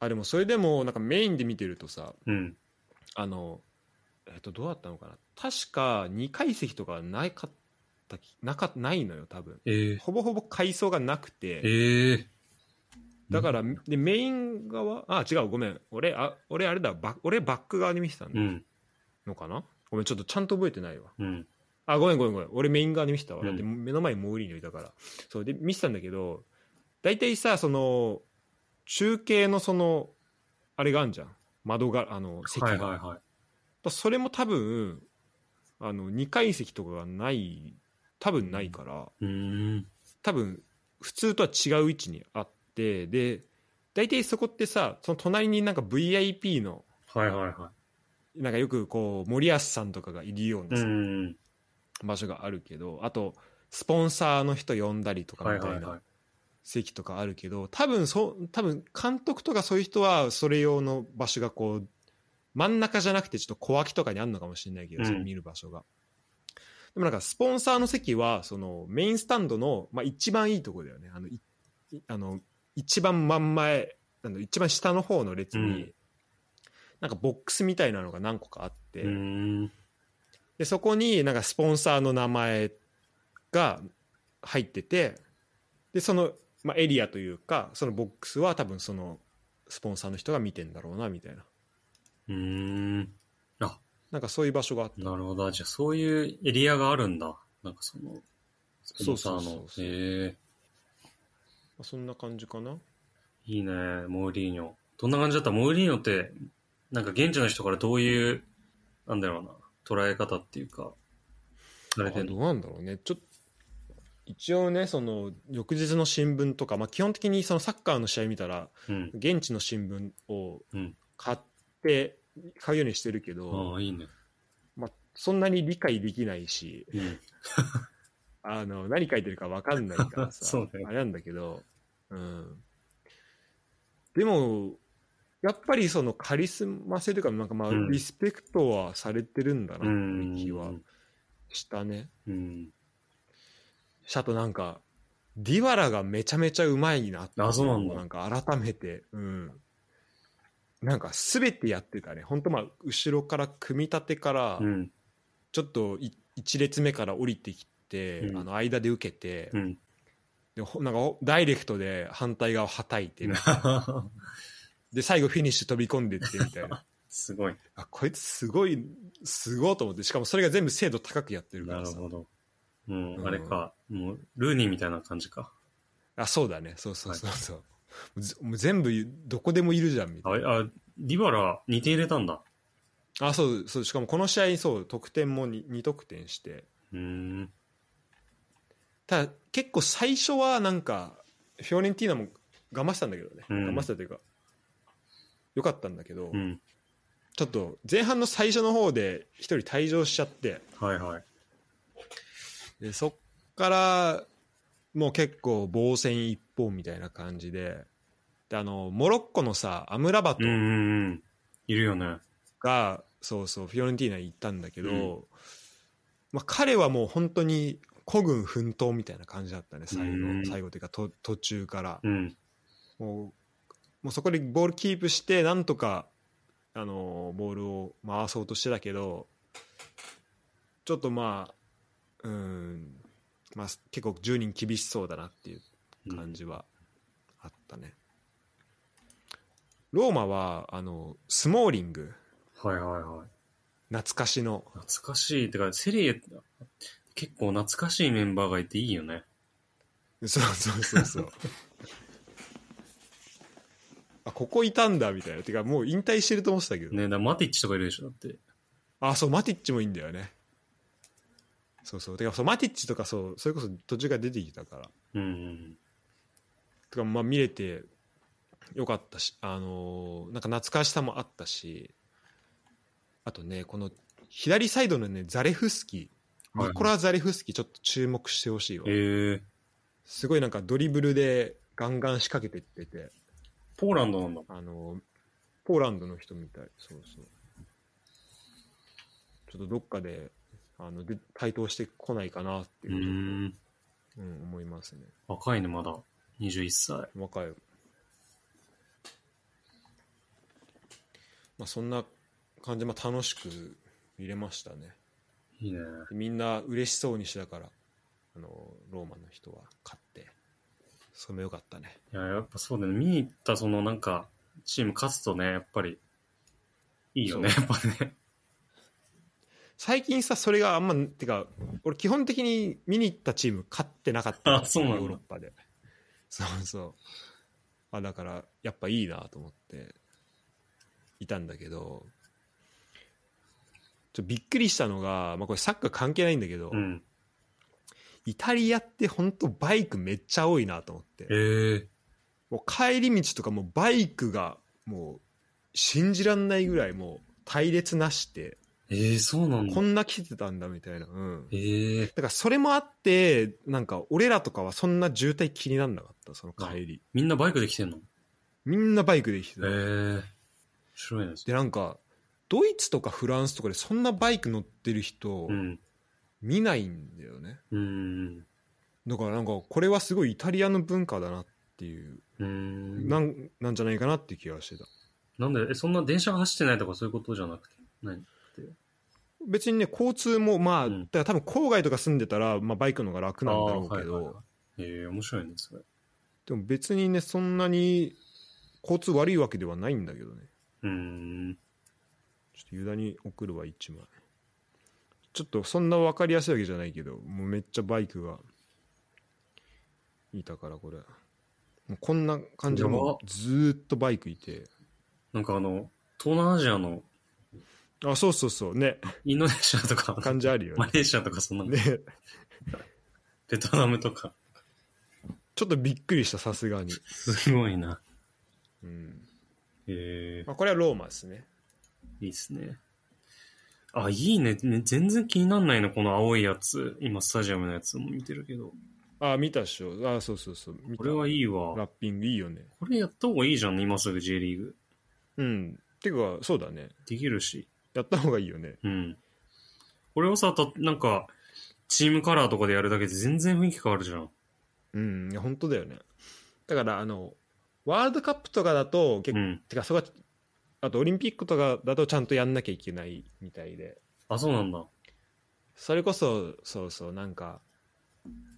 S2: あ、でもそれでもなんかメインで見てるとさ、
S1: うん。
S2: あの、えっと、どうだったのかな。確か2階席とかはないかったき、なか、ないのよ、多分。
S1: ええ
S2: ほぼほぼ階層がなくて、
S1: ええ
S2: だから、で、メイン側、あ、違う、ごめん。俺、あ、俺、あれだ、バ俺、バック側で見てた
S1: う
S2: の
S1: ん。
S2: かな、ごめん、ちょっとちゃんと覚えてないわ。
S1: うん。
S2: あ、ごめんごめんごめん。俺メイン側で見てたわ。
S1: うん
S2: だって目の前にモーリーニョいたから。そう、で、見てたんだけど、大体さ、その、中継のその、あれがあるじゃん。窓が、あの、席が。
S1: はいはいはい。
S2: それも多分、あの、2階席とかがない、多分ないから、
S1: うーん。
S2: 多分、普通とは違う位置にあって、で、大体そこってさ、その隣になんか VIP の、
S1: はいはいは
S2: なんかよくこう、森保さんとかがいるよう
S1: い。
S2: な
S1: う
S2: さ、
S1: ん。
S2: 場所があるけどあとスポンサーの人呼んだりとか
S1: はい
S2: みた
S1: はい
S2: い
S1: は。
S2: ない席とかあるけど、多分そう多分監督とかそういう人はそれ用の場所がこう真ん中じゃなくてちょっと小脇とかにあるのかもしれないけど、
S1: うん
S2: その見る場所がでもなんかスポンサーの席はそのメインスタンドの、まあ、一番いいとこだよねあのいいあの一番真ん前あの一番下の方の列に、
S1: うん
S2: なんかボックスみたいなのが何個かあって、
S1: うーん。
S2: でそこになんかスポンサーの名前が入っててでその、まあ、エリアというかそのボックスは多分そのスポンサーの人が見てんだろうなみたいな
S1: うーん。
S2: なんかそういう場所があって
S1: なるほど。じゃあ、そういうエリアがあるんだ。なんかその、スポンサーの。
S2: そうそうそうそう
S1: え
S2: まあそんな感じかな
S1: えいいね、モーリーニョ。どんな感じだったモーリーニョって、なんか現地の人からどういう、なんだろうな、捉え方っていうか、されて
S2: あ
S1: ん
S2: ど
S1: の
S2: うなんだろうねちょっと一応ねその翌日の新聞とか、まあ、基本的にそのサッカーの試合見たら
S1: うん。
S2: 現地の新聞を
S1: うん
S2: 買って買うようにしてるけど、
S1: ああ、いいね。
S2: まあ、そんなに理解できないし
S1: うん。
S2: あの何書いてるか分かんないからさ
S1: そうだよ
S2: あれなんだけど、うん、でもやっぱりそのカリスマ性というかなんかまあ
S1: うん
S2: リスペクトはされてるんだなって
S1: う。
S2: いうん気はしたね。
S1: うん。
S2: しあとなんかディワラがめちゃめちゃうまいなって
S1: あそうなんだ
S2: なんか改めて、うん、なんか全てやってたね本当まあ後ろから組み立てから
S1: うん。
S2: ちょっとい一列目から降りてきて、
S1: うん
S2: あの間で受けて、
S1: うん。
S2: でほなんかおダイレクトで反対側はたいて、で最後フィニッシュ飛び込んでってみた いな
S1: すごい。
S2: あこいつすごいすごいと思ってしかもそれが全部精度高くやってるか
S1: な
S2: ら
S1: る
S2: さ
S1: ほど。も
S2: う
S1: うんあれか、もう、ルーニーみたいな感じか。
S2: あそうだねそうそうそうそう、ぜもう全部どこでもいるじゃんみたい
S1: あ、あディバラ、2点入れたんだ。
S2: なあそうそうしかもこの試合そう得点も 2, 得点して
S1: うーん。
S2: ただ結構最初はなんかフィオレンティーナも我慢したんだけどね、
S1: うん
S2: 我慢したというかよかったんだけど、
S1: うん。
S2: ちょっと前半の最初の方で一人退場しちゃって、
S1: はいはい。
S2: でそっからもう結構防戦一方みたいな感じでであのモロッコのさアムラバト
S1: うんうんうん。いるよね。
S2: が、そうそうフィオレンティーナに行ったんだけど、
S1: うん
S2: まあ、彼はもう本当に孤軍奮闘みたいな感じだったね最後、
S1: うん
S2: 最後というかと途中から、
S1: うん。
S2: もうもうそこでボールキープしてなんとかあのボールを回そうとしてたけどちょっとまあうん、まあ、結構10人厳しそうだなっていう感じはあったね、ローマはあのスモーリング
S1: はいはいはい。
S2: 懐かしの
S1: 懐かしい。てか、セリエ、結構懐かしいメンバーがいていいよね。
S2: そうそうそうそうあここいたんだみたいなてかもう引退してると思ってたけど、
S1: ねだからマティッチとかいるでしょ、だって。
S2: あそうマティッチもいいんだよねそうそうてかそうマティッチとかそうそれこそ途中から出てきたから
S1: うんうん。
S2: とかまあ見れてよかったし、あのーなんか懐かしさもあったしあとねこの左サイドのねザレフスキー、
S1: はい
S2: ニコラ・ザレフスキーちょっと注目してほしいわ、
S1: えー、
S2: すごいなんかドリブルでガンガン仕掛けてってて
S1: ポーランドなんだ。
S2: あのポーランドの人みたいそうそうちょっとどっかであので台頭してこないかなって
S1: う
S2: いうのを
S1: ーん。
S2: うん、思いますね
S1: 若いね、まだ。21歳。
S2: 若い、まあ、そんな感じで、まあ、楽しく見れましたね
S1: いいね。
S2: でみんな嬉しそうにしてたからあのローマの人は勝ってそれもよかったね
S1: いや、やっぱそうだよね。見に行った、そのなんか、チーム勝つとね、やっぱり、いいよね、やっぱね。
S2: 最近さそれがあんまてか俺基本的に見に行ったチーム勝ってなかった
S1: あそうなんだ
S2: ヨーロッパでそうそうあだからやっぱいいなと思っていたんだけどちょびっくりしたのが、まあ、これサッカー関係ないんだけど、
S1: うん。
S2: イタリアって本当バイクめっちゃ多いなと思って
S1: えー、
S2: もう帰り道とかもうバイクがもう信じらんないぐらいもう隊列なして
S1: えー、そうなんだ
S2: こ。んな来てたんだみたいな、うん、
S1: えー、
S2: だからそれもあってなんか俺らとかはそんな渋滞気になんなかったその帰り
S1: みんなバイクで来てんの
S2: みんなバイクで来て
S1: え
S2: た、
S1: ー、面白いです。
S2: でなんかドイツとかフランスとかでそんなバイク乗ってる人
S1: うん。
S2: 見ないんだよね、
S1: うん。
S2: だからなんかこれはすごいイタリアの文化だなっていう、
S1: うん。
S2: なんなんじゃないかなっていう気がしてた
S1: なんで、え、そんな電車が走ってないとかそういうことじゃなくて。何
S2: 別にね交通もまあ、
S1: うん
S2: だから多分郊外とか住んでたら、まあ、バイクの方が楽なんだろ
S1: あー
S2: うけど、
S1: はいはいはいえー、面白いね、それ。
S2: でも別にねそんなに交通悪いわけではないんだけどね
S1: うん。
S2: ちょっとユダに送るわ1枚ちょっとそんな分かりやすいわけじゃないけどもうめっちゃバイクがいたからこれもうこんな感じで
S1: やば
S2: もうずーっとバイクいて
S1: なんかあの、東南アジアの
S2: あそうそうそうね
S1: インドネシアと か、
S2: 感じあるよ
S1: マ
S2: ね
S1: レーシアとか、そんな、
S2: ね
S1: ベトナムとか。
S2: ちょっとびっくりしたさすがに、
S1: すごいな。
S2: うん
S1: え
S2: まあ、これはローマですね
S1: ー、いいっすね。あ、いいね。ね全然気になんないの、この青いやつ。今、スタジアムのやつも見てるけど。
S2: あ見たっしょあそうそうそう見た
S1: これはいい
S2: ラッ
S1: わ。
S2: ピングいいよね
S1: これやった方がいいじゃん、今すぐ J リーグ。
S2: うんてかそうだね
S1: できるし。
S2: やった方がいいよね
S1: うん。これをさ、た、なんか、チームカラーとかでやるだけで全然雰囲気変わるじゃん。
S2: うんいや本当だよねだからあのワールドカップとかだと結構
S1: うん。
S2: てかそこはあとオリンピックとかだとちゃんとやんなきゃいけないみたいで
S1: あ、そうなんだ。
S2: それこそそうそうなんか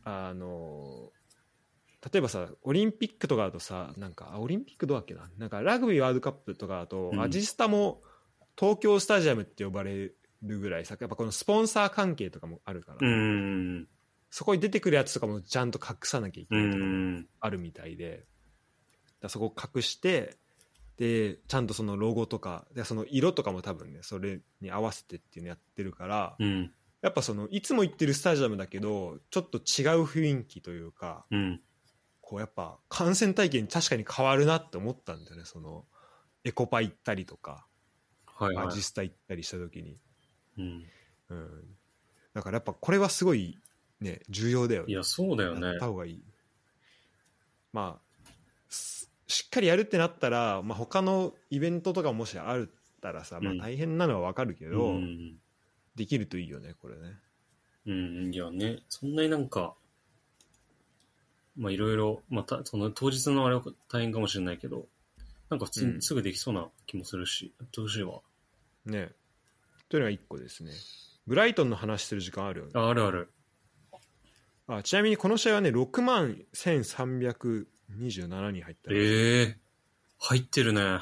S2: あの例えばさオリンピックとかだとさなんかあオリンピックどうだっけななんかラグビーワールドカップとかだと、
S1: うん
S2: アジスタも東京スタジアムって呼ばれるぐらいさやっぱこのスポンサー関係とかもあるから、
S1: うーん。
S2: そこに出てくるやつとかもちゃんと隠さなきゃいけ
S1: う
S2: ないとかも
S1: ーん。
S2: あるみたいでだからそこを隠してでちゃんとそのロゴとかでその色とかも多分ねそれに合わせてっていうのやってるから、
S1: うん。
S2: やっぱそのいつも行ってるスタジアムだけどちょっと違う雰囲気というか
S1: うん。
S2: こうやっぱ観戦体験確かに変わるなって思ったんだよねそのエコパ行ったりとか、
S1: はい、は
S2: アジ
S1: い。
S2: スタ行ったりした時に、
S1: うん。
S2: うん、だからやっぱこれはすごいね重要だよね
S1: いや、そうだよ
S2: や
S1: ね
S2: っ。た方がいい。まあ、すしっかりやるってなったら、まあ、他のイベントとかもしあるったらさ、まあ、
S1: うん
S2: 大変なのはわかるけ
S1: う
S2: ど、
S1: ん。
S2: できるといいよね、これね。
S1: うん。いやね、そんなになんか、まあ、いろいろ、まあ、た、その当日のあれは大変かもしれないけど、なんか普通
S2: う
S1: に
S2: ん
S1: すぐできそうな気もするし、やってほしいわ。
S2: ね。というのが1個ですね。ブライトンの話する時間あるよね。
S1: あ、あるある。
S2: あちなみにこの試合はね、6万1327人入った、
S1: ええー、入ってるね。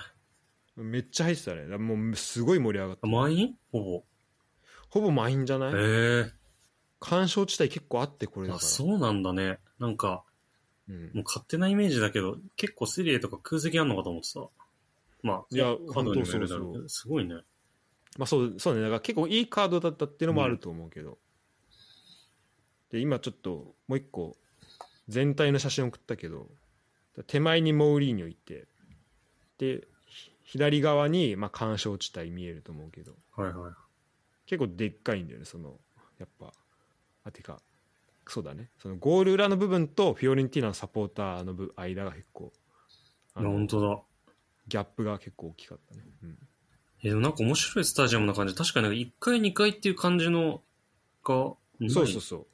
S2: めっちゃ入ってたね。だからもうすごい盛り上がっ
S1: あ
S2: た。
S1: 満員ほぼ。
S2: ほぼ満員じゃない、
S1: ええー。
S2: 干渉地帯結構あってこれだ
S1: あ、
S2: から
S1: そうなんだね。なんか、
S2: うん、
S1: もう勝手なイメージだけど、結構セリエとか空席あんのかと思ってた。まあ、
S2: いや
S1: カードにもよるだろうけ
S2: 本
S1: ど、すごいね。
S2: まあそうそうねだから結構いいカードだったっていうのもあると思うけど、で今ちょっともう一個全体の写真送ったけど手前にモーリーニョいてでひ左側にまあ干渉地帯見えると思うけど
S1: はいはい。
S2: 結構でっかいんだよねそのやっぱあてかそうだねそのゴール裏の部分とフィオレンティーナのサポーターの部間が結構あ
S1: いや、
S2: の
S1: 本当だ。
S2: ギャップが結構大きかったね、うん
S1: え、でもなんか面白いスタジアムな感じ。確かになんか1階2階っていう感じのが、
S2: そうそう
S1: そ
S2: そう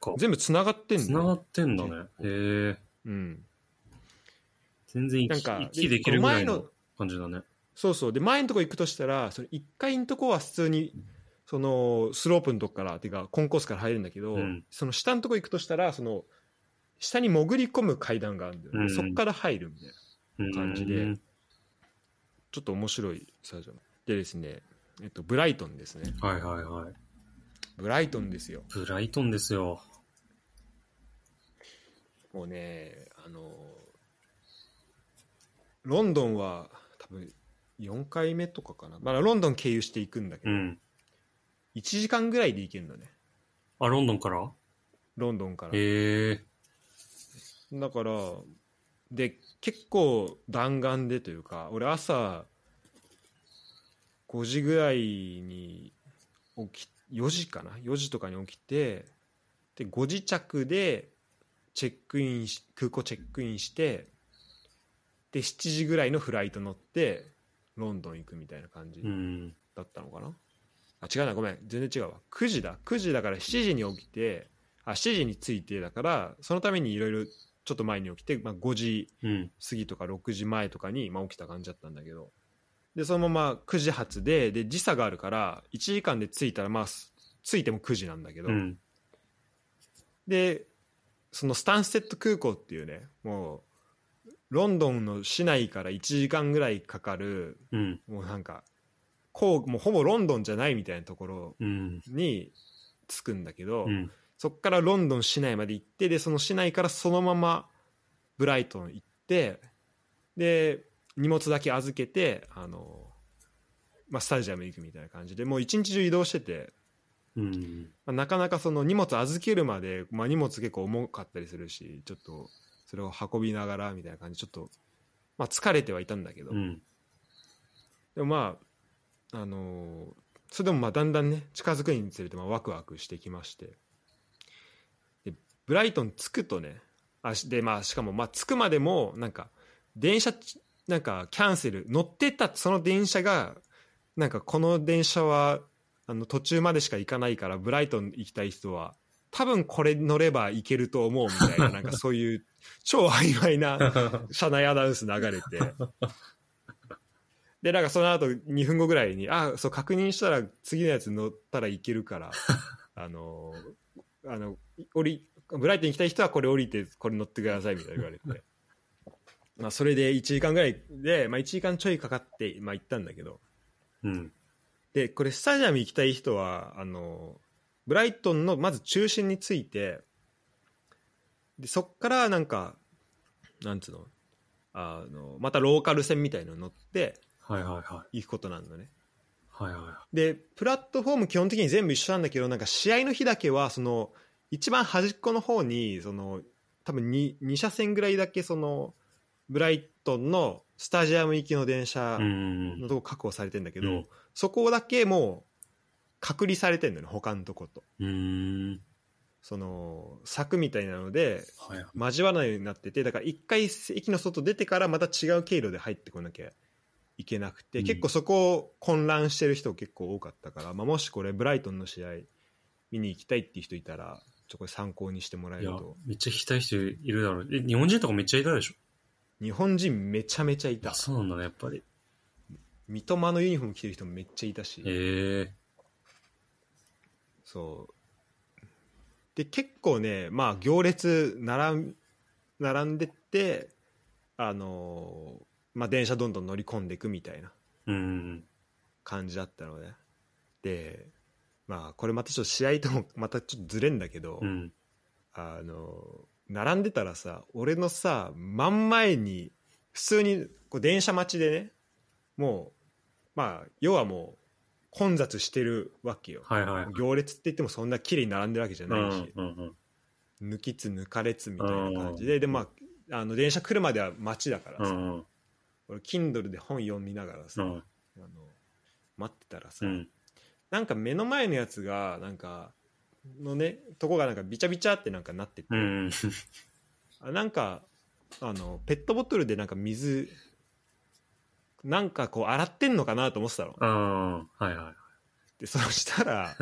S1: か
S2: 全部つながってんの
S1: 繋がってんだね。へえ。
S2: うん
S1: 全然
S2: なん
S1: 行き
S2: か
S1: 行きできるぐらい
S2: この前
S1: の
S2: の
S1: 感じだね。
S2: そうそうで前のとこ行くとしたらその1階のとこは普通にそのスロープのとこからっていうかコンコースから入れるんだけど、
S1: うん
S2: その下のとこ行くとしたらその下に潜り込む階段があるんだよ
S1: う
S2: ね、
S1: ん
S2: そっから入るみたいな
S1: うん
S2: 感じでちょっと面白いスタジアムでですね、えっと、ブライトンですね
S1: はいはいはい。
S2: ブライトンですよ
S1: ブライトンですよ。
S2: もうねあのロンドンは多分4回目とかかなまだロンドン経由していくんだけ
S1: う
S2: ど、
S1: ん。
S2: 1時間ぐらいで行けるんだね
S1: あ、ロンドンから
S2: ロンドンから
S1: へえ。
S2: だからで結構弾丸でというか俺朝5時ぐらいに起き4時かな4時とかに起きてで5時着でチェックインし空港チェックインしてで7時ぐらいのフライト乗ってロンドン行くみたいな感じ
S1: うん。
S2: だったのかなあ違うなごめん全然違うわ9時だ9時だから7時に起きてあ7時に着いてだからそのためにいろいろちょっと前に起きて、まあ、5時
S1: うん。
S2: 過ぎとか6時前とかに、まあ、起きた感じだったんだけどでそのまま9時発でで時差があるから1時間で着いたらまあす着いても9時なんだけど、
S1: うん。
S2: でそのスタンステッド空港っていうねもうロンドンの市内から1時間ぐらいかかる
S1: うん。
S2: もうなんかこうもうほぼロンドンじゃないみたいなところ
S1: うん。
S2: に着くんだけど、
S1: うん。
S2: そっからロンドン市内まで行ってでその市内からそのままブライトン行ってで荷物だけ預けてあの、まあ、スタジアム行くみたいな感じでもう一日中移動してて、
S1: うん。
S2: まあなかなかその荷物預けるまで、まあ、荷物結構重かったりするしちょっとそれを運びながらみたいな感じでちょっと、まあ、疲れてはいたんだけど、
S1: うん。
S2: でもまあ、あのーそれでもまあだんだんね近づくにつれてまあワクワクしてきましてでブライトン着くとねあしで、まあ、しかもまあ着くまでもなんか電車ちなんかキャンセル乗ってたその電車がなんかこの電車はあの途中までしか行かないからブライトン行きたい人は多分これ乗れば行けると思うみたいななんかそういう超曖昧な 社内アナウンス流れてでなんかその後2分後ぐらいにあそう確認したら次のやつ乗ったらいけるからあのあの降りブライトン行きたい人はこれ降りてこれ乗ってくださいみたいな言われてまあそれで1時間ぐらいで、まあ、1時間ちょいかかって、まあ、行ったんだけど
S1: うん。
S2: でこれスタジアム行きたい人はあのブライトンのまず中心についてでそっからなんかなんつうのあのまたローカル線みたいの乗って
S1: はいはいは
S2: 行くことなんだね
S1: い。はいは
S2: でプラットフォーム基本的に全部一緒なんだけどなんか試合の日だけはその一番端っこの方にその多分 2, 2車線ぐらいだけそのブライトンのスタジアム行きの電車、
S1: い。うん
S2: の。とこ確保されてんだけど、
S1: うん
S2: そこだけもう隔離されてんのね他のとこと
S1: うん。
S2: その柵みたいなので
S1: はいはい。
S2: 交わらないようになっててだから一回駅の外出てからまた違う経路で入ってこなきゃいけなくて、
S1: うん
S2: 結構そこを混乱してる人結構多かったから、まあ、もしこれブライトンの試合見に行きたいっていう人いたらちょっとこれ参考にしてもらえ
S1: い
S2: る
S1: や
S2: と、
S1: めっちゃ行きたい人いるだろう。え、日本人とかめっちゃいたでしょ
S2: 日本人めちゃめちゃい
S1: いや、
S2: た
S1: そうなんだね、やっぱり。
S2: 三笘のユニフォーム着てる人もめっちゃいたし、
S1: ええ。
S2: そうで結構ねまあ行列並ん並んでってあのーまあ電車どんどん乗り込んでいくみたいな
S1: うん。
S2: 感じだったのででまあこれまたちょっと試合ともまたちょっとずれんだけど、
S1: うん。
S2: あの並んでたらさ俺のさ真ん前に普通にこう電車待ちでねもうまあ要はもう混雑してるわけよ、
S1: はいはい。
S2: 行列って言ってもそんな綺麗に並んでるわけじゃ
S1: う
S2: ないし
S1: ん、うん
S2: 抜きつ抜かれつみたいな感じで、でまああの電車来るまでは待ちだから
S1: うん。う
S2: さ、
S1: んうん
S2: 俺 Kindle で本読みながら
S1: う
S2: さ、
S1: ん。
S2: あの待ってたらさ、
S1: うん。
S2: なんか目の前のやつがなんかのねとこがなんかビチャビチャってなんかなってて、
S1: うん。
S2: あなんかあのペットボトルでなんか水なんかこう洗ってんのかなと思ってたの
S1: ああ、はいはい。
S2: でそしたら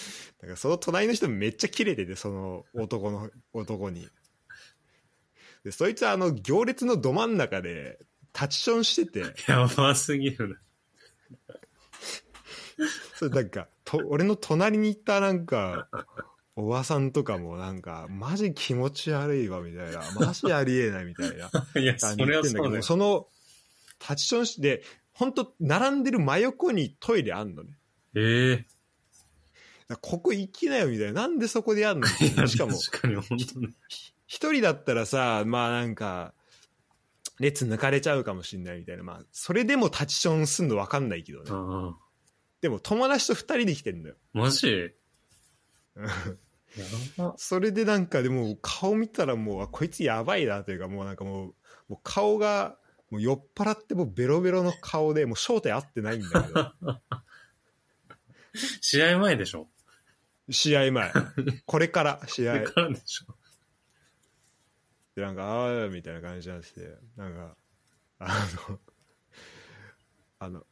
S2: なんかその隣の人めっちゃキレててその男の男にでそいつはあの行列のど真ん中でタッチションしてて
S1: やばすぎる
S2: それなんかと俺の隣に行ったなんかおばさんとかもなんかマジ気持ち悪いわみたいなマジありえないみたいな
S1: な。いや、
S2: 感
S1: そ
S2: じで
S1: れ
S2: 言っ
S1: は
S2: てんだ
S1: そ
S2: け
S1: う
S2: ど
S1: で
S2: そ
S1: す。
S2: のタッチションしてで本当並んでる真横にトイレあんのね
S1: ええ
S2: だからここ行きなよみたいななんでそこでやんの
S1: いや
S2: しかも
S1: 確かに、本 当に。
S2: 一人だったらさまあなんか列抜かれちゃうかもしんないみたいなまあそれでもタッチションすんの分かんないけどね
S1: ああ。
S2: でも友達と二人で来てんのよ
S1: マジやば。
S2: それでなんかでも顔見たらもうあこいつやばいなというかもうなんかもうもう顔がもう酔っ払ってもうベロベロの顔でもう正体合ってないんだけど
S1: 試合前でしょ
S2: 試合前これから試
S1: こ
S2: 合
S1: れからでしょ
S2: でなんかああみたいな感じになっててなんかあのあのい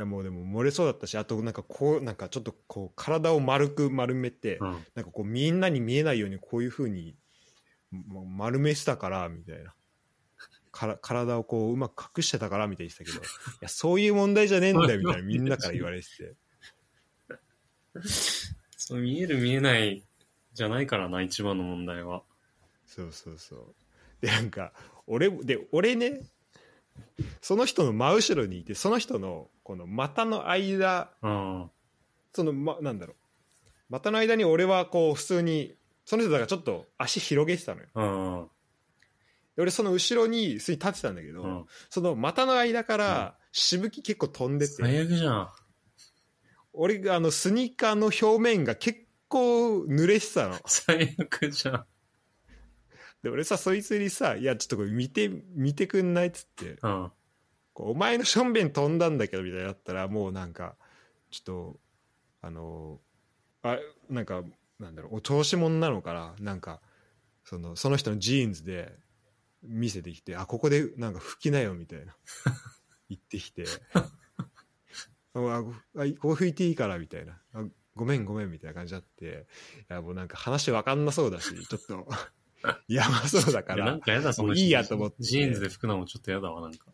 S2: やもうでも漏れそうだったしあとなんかこうなんかちょっとこう体を丸く丸めて、
S1: うん。
S2: なんかこうみんなに見えないようにこういうふうにま丸めしたからみたいなから体をこううまく隠してたからみたいに言ってたけどいやそういう問題じゃねえんだよみたいなみんなから言われてて
S1: そう、見える見えないじゃないからな、一番の問題は。
S2: そうそうそうでなんか俺で俺ねその人の真後ろにいてその人のこの股の間
S1: あ
S2: その、ま、なんだろう股の間に俺はこう普通にその人だからちょっと足広げてたのよ
S1: あ、ああ、
S2: で俺その後ろに普通に立ってたんだけど、
S1: うん。
S2: その股の間からしぶき結構飛んでて、
S1: 最悪じゃん。
S2: 俺があのスニーカーの表面が結構濡れてたの
S1: 最悪じゃん。
S2: で俺さそいつにさ「いやちょっとこれ見て見てくんない?」っつって
S1: うん。
S2: 「こうお前のしょんべん飛んだんだけど」みたいになったらもうなんかちょっとあのあなんかなんだろうお調子者なのかななんかそのその人のジーンズで見せてきて「あここでなんか拭きなよ」みたいな言ってきて「ああごあいここ拭いていいから」みたいなあ「ごめんごめん」みたいな感じだっていやもうなんか話分かんなそうだしちょっとやばそうだか
S1: いやな
S2: ら
S1: んかやだ、その
S2: もういいやと思って
S1: ジーンズで拭くのもちょっとやだわ、なんか。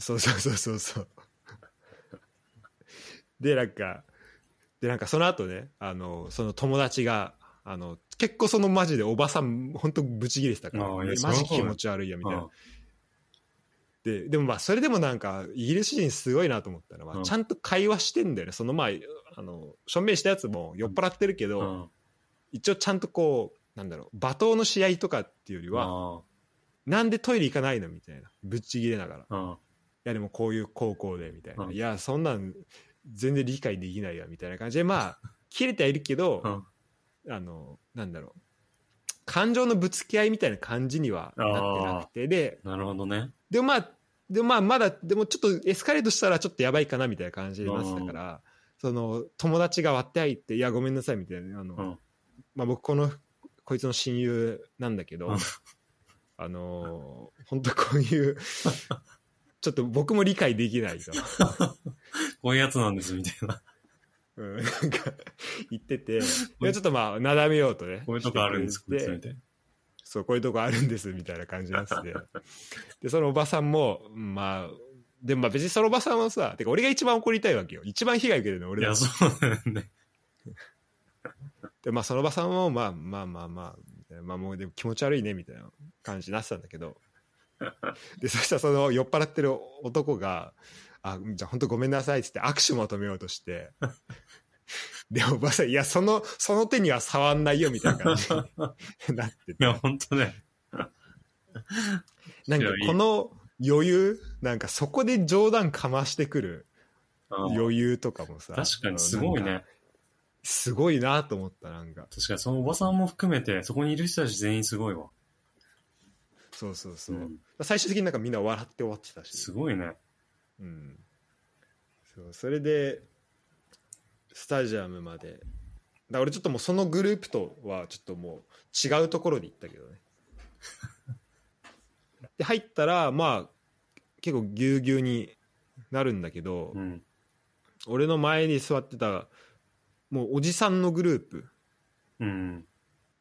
S2: そうそうそうそうそう でなんかでなんかその後ねあのその友達があの結構そのマジでおばさん本当ブチギレしてたから
S1: ああいやそりゃ
S2: マ
S1: そ
S2: ジ
S1: うだ
S2: 気持ち悪いやみたいな
S1: あ
S2: ででもまあそれでもなんかイギリス人すごいなと思ったのは、
S1: うん
S2: ちゃんと会話してんだよねそのまああの証明したやつも酔っ払ってるけ
S1: あ
S2: ど、
S1: うん。
S2: 一応ちゃんとこうなんだろう罵倒の試合とかっていうよりは、
S1: あ
S2: なんでトイレ行かないのみたいなぶっちぎれながらい
S1: あ、うん。
S2: やでもこういう高校でみたいな、
S1: うん
S2: いやそんなん全然理解できないわみたいな感じでま あ切れてはいるけど、
S1: うん
S2: あのなんだろう感情のぶつけ合いみたいな感じにはなってなくてで
S1: なるほどね。
S2: でもまあ、でもまあまだ、でもちょっとエスカレートしたらちょっとやばいかなみたいな感じになってたから、その友達が割って入って、いや、ごめんなさいみたいな、あの、
S1: うん
S2: まあ僕、この、こいつの親友なんだけど、
S1: うん
S2: あのー、本当こ ういう、ちょっと僕も理解できないと、
S1: こういうやつなんです、みたいな。
S2: うん、なんか言ってて、でちょっとまあ、なだめようとね。
S1: こういうとこあるんです、
S2: して
S1: こ
S2: く
S1: い
S2: れて
S1: つ、みたいな。
S2: そう、こういうとこあるんです、みたいな感じな んですね。で、そのおばさんも、うんまあ、でもまあ別にそのおばさんはさ、てか俺が一番怒りたいわけよ。一番被害受けてるの
S1: い
S2: 俺だ
S1: や、そうだよね。
S2: で、まあそのおばさんも、まあまあまあまあみたいな、まあもうでも気持ち悪いね、みたいな感じになってたんだけど。で、そしたらその酔っ払ってる男が、あ、じゃあ本当ごめんなさいっつって握手も止めようとして、で、おばさん、いや、その、その手には触んないよ、みたいな感じに なって
S1: い
S2: て
S1: や、本当ね。
S2: なんか、この余裕、なんか、そこで冗談かましてくる
S1: あー
S2: 余裕とかもさ、
S1: 確かにすごい
S2: なん
S1: ね
S2: か。。すごいなと思った、なんか。
S1: 確かにそのおばさんも含めて、そこにいる人たち全員すごいわ。
S2: そうそうそう。
S1: うん
S2: 最終的になんかみんな笑って終わってたし。
S1: すごいね。
S2: うん、そうそれでスタジアムまでだから俺ちょっともうそのグループとはちょっともう違うところに行ったけどねで入ったらまあ結構ぎゅうぎゅうになるんだけど、
S1: うん。
S2: 俺の前に座ってたもうおじさんのグループ
S1: うん。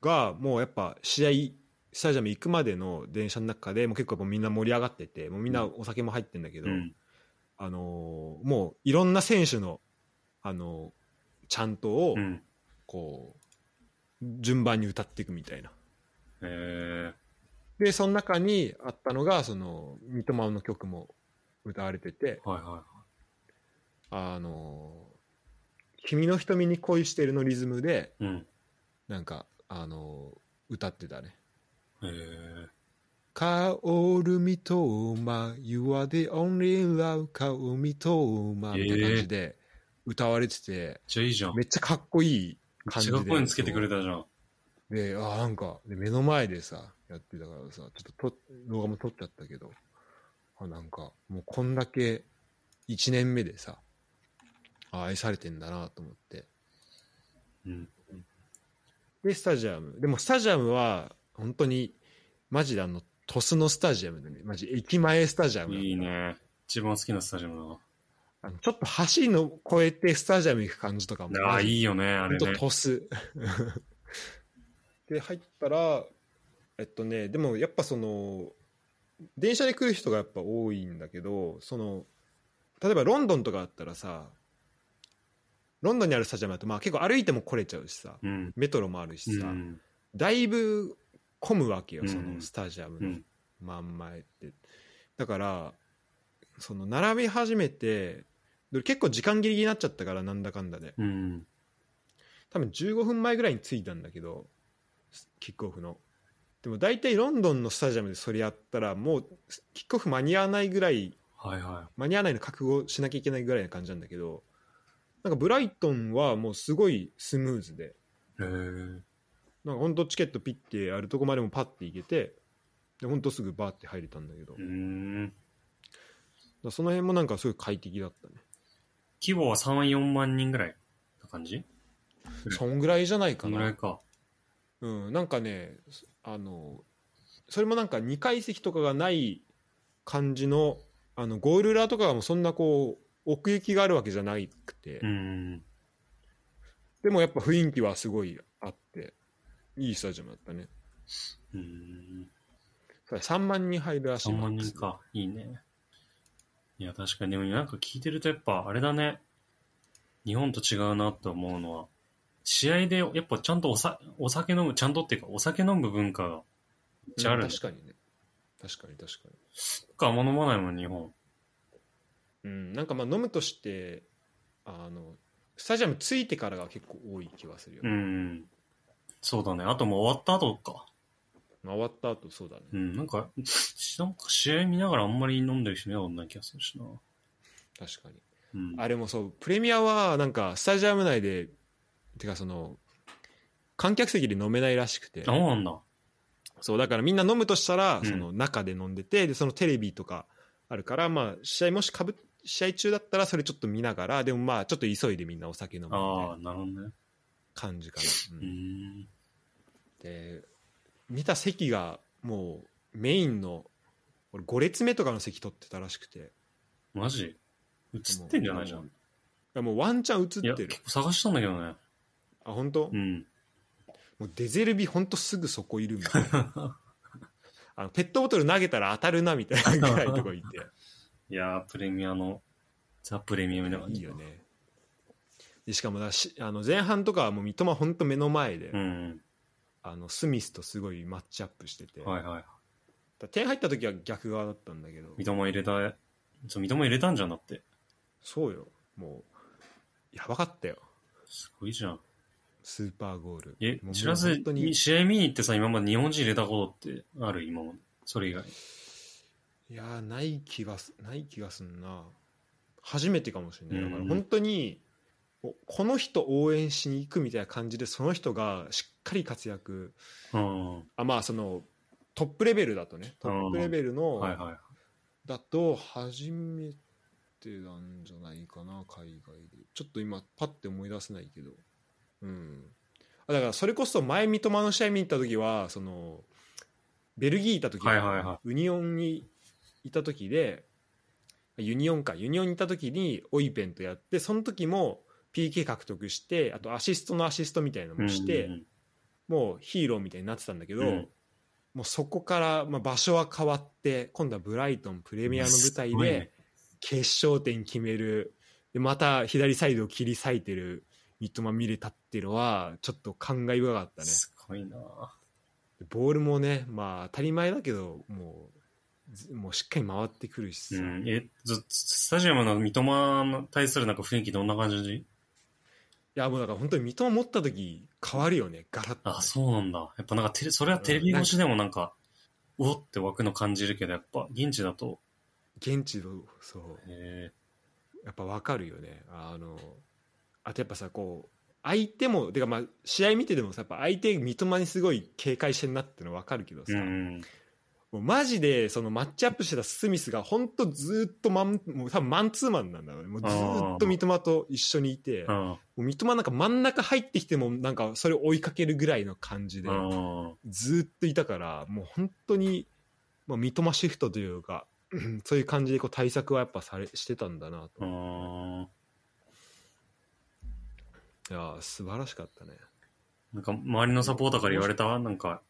S2: がもうやっぱ試合スタジアム行くまでの電車の中でもう結構もうみんな盛り上がっててもうみんなお酒も入ってんだけど、
S1: うん。
S2: あのーもういろんな選手の、あのーちゃんとを
S1: うん。
S2: こう、順番に歌っていくみたいな。
S1: え
S2: で、その中にあったのが、その、三笘の曲も歌われてて、
S1: ー、はいは
S2: あのー君の瞳に恋してるのリズムで、
S1: い。うん。
S2: なんか、あのー歌ってたね。
S1: えー、
S2: カオルミトーマ、You are the only love, カオミトーマ、みたいな感じで歌われてて、
S1: じゃあいいじゃん。め
S2: め
S1: っ
S2: っちゃかっこいい感
S1: ち
S2: じ
S1: ゃ
S2: で。
S1: かっこいいのつけてくれたじゃん。
S2: で、あーなんか、で目の前でさ、やってたからさ、ちょっとと動画も撮っちゃったけど、あなんか、もうこんだけ1年目でさ、あ愛されてんだなと思って。
S1: うん。
S2: で、スタジアム。でも、スタジアムは、本当に、マジであの、鳥栖のスタジアムでね、マジ駅前スタジアムだった
S1: いいね。一番好きなスタジアムだわ
S2: あのちょっと橋の越えてスタジアム行く感じとかも。
S1: ああ
S2: マ
S1: ー、
S2: ジ
S1: いいよね、あ
S2: ほ
S1: れ
S2: んと
S1: ね。
S2: トス。 で、入ったら、えっとね、でもやっぱその、電車で来る人がやっぱ多いんだけど、その、例えばロンドンとかあったらさ、ロンドンにあるスタジアムだと、まあ結構歩いても来れちゃうしさ、
S1: うん。
S2: メトロもある
S1: う
S2: しさ、
S1: ん。
S2: だいぶ混むわけよ、
S1: うん
S2: そのスタジアム
S1: う
S2: の
S1: ん。
S2: 真ん前って。だから、その並び始めて、で結構時間ギリギリになっちゃったから、なんだかんだで。
S1: うん。
S2: 多分15分前ぐらいに着いたんだけどキックオフのでも大体ロンドンのスタジアムでそれやったらもうキックオフ間に合わないぐらい
S1: はいは
S2: 間に合わないの覚悟しなきゃいけないぐらいな感じなんだけどなんかブライトンはもうすごいスムーズで
S1: い。えー、
S2: なんかほんとチケットピッてあるとこまでもパッて行けてでほんとすぐバーって入れたんだけど、
S1: う
S2: だか
S1: ん。
S2: らその辺もなんかすごい快適だったね
S1: 規模は3、4万人ぐらいな感じうん
S2: そんぐらいじゃない
S1: こ
S2: か
S1: んぐら
S2: ない
S1: か。
S2: うん、なんかねそあのそれもなんか2階席とかがない感じのあのゴール裏とかがもうそんなこう奥行きがあるわけじゃなくて、
S1: うん。
S2: でもやっぱ雰囲気はすごいあっていいスタジアムだったね
S1: うん。
S2: それ3万人入るらしい
S1: 3
S2: マ
S1: 万
S2: ックス
S1: 人か。いいね。いや、確かに。でもなんか聞いてるとやっぱ、あれだね。日本と違うなって思うのは、試合でやっぱちゃんとおさお酒飲む、ちゃんとっていうか、お酒飲む文化がめっちゃある、ね
S2: うん。確かにね確かに確かに
S1: 僕あんま飲まないもん、日本。
S2: うんなんかまあ飲むとしてあのスタジアム着いてからが結構多い気はするよ、
S1: う
S2: ね
S1: ん。そうだね。あともう終わった後か。
S2: まあ終わった後そうだね
S1: うん。なんか、なんか試合見ながらあんまり飲んでる人見たことない気がするしな。
S2: 確かに
S1: うん。
S2: あれもそう、プレミアはなんかスタジアム内で、てかその、観客席で飲めないらしくて
S1: あ、、そうなんだ。
S2: そう、だからみんな飲むとしたら
S1: う、ん
S2: その中で飲んでて、で、そのテレビとかあるから、まあ、試合もしかぶ、試合中だったらそれちょっと見ながら、でもまあ、ちょっと急いでみんなお酒飲むみたい
S1: ああ
S2: な、
S1: なるほどね。
S2: 感じかな。
S1: う
S2: うん
S1: ん。
S2: で、見た席がもうメインの、俺5列目とかの席取ってたらしくて。
S1: マジ映ってんじゃないじゃん。
S2: いや、もうワンチャン映
S1: いや、
S2: ってる
S1: 結。構探したんだけどね。
S2: あ、本当？
S1: うん。
S2: もうデゼルビほんとすぐそこいるみたいな あのペットボトル投げたら当たるなみたいなぐらいのとこいて
S1: いやー、プレミアの、ザ・プレミアムだから
S2: いいよ。ねでしかもだしあの前半とかはもう三笘ほんと目の前で、
S1: うん。
S2: あのスミスとすごいマッチアップしてて、
S1: はいはい。
S2: だ点入った時は逆側だったんだけど
S1: 三笘入れた、そう、三笘入れたんじゃんだって。
S2: そうよもうやばかったよ
S1: すごいじゃん。
S2: スーパーゴール。
S1: え
S2: も、う
S1: 知らず
S2: もう本当に
S1: に、試合見に行ってさ、今まで日本人入れたことってある今まで。それ以外。
S2: いやーない気がすない気がすんな初めてかもしれないだか
S1: う
S2: ら
S1: ん
S2: 本当におこの人応援しに行くみたいな感じでその人がしっかり活躍
S1: うん。は
S2: あまあそのトップレベルだとねトップレベル
S1: い
S2: の
S1: は
S2: だと初めてなんじゃないかな海外でちょっと今パッて思い出せないけどうんあだからそれこそ前三笘の試合見に行った時はそのベルギーいた時、
S1: はいはいは
S2: ユニオンにいた時でユニオンかユニオンにいた時にオイペンとやってその時も PK 獲得してあとアシストのアシストみたいなの
S1: い。
S2: もして、
S1: うんうん
S2: もうヒーローみたいになってたんだけ
S1: う
S2: ど、
S1: ん
S2: もうそこから、まあ、場所は変わって今度はブライトンプレミアの舞台
S1: すごい
S2: で
S1: ね
S2: 決勝点決めるでまた左サイドを切り裂いてる三笘ミレタっていうのはちょっと感慨深かったね
S1: すごいな
S2: ボールもねまあ当たり前だけどもうずもうしっかり回ってくるし
S1: う
S2: さ、
S1: ん。え、ずスタジアムの三笘に対するなんか雰囲気どんな感じ
S2: いやもうだから本当に三笘持った時変わるよねガラッとね、
S1: あ、そうなんだ。やっぱなんかテレ、それはテレビ越しでもなんか、うおって湧くの感じるけど、やっぱ現地だと、
S2: 現地のそう
S1: え
S2: やっぱわかるよねあのあとやっぱさこう相手もてかまあ試合見てでもさやっぱ相手三笘にすごい警戒してんなってのわかるけどさ、
S1: ー、うん。
S2: もうマジでそのマッチアップしてたスミスが本当ずっとマンもう多分マンツーマンなんだろうねもうずっと三笘と一緒にいて
S1: う
S2: も
S1: ん。
S2: う三笘なんか真ん中入ってきてもなんかそれを追いかけるぐらいの感じで
S1: うん。
S2: ずっといたからもう本当に、まあ、三笘シフトというか うんそういう感じでこう対策はやっぱされしてたんだな
S1: う
S2: と。
S1: ん。
S2: いやー素晴らしかったね
S1: なんか、周りのサポーターから言われたなんか、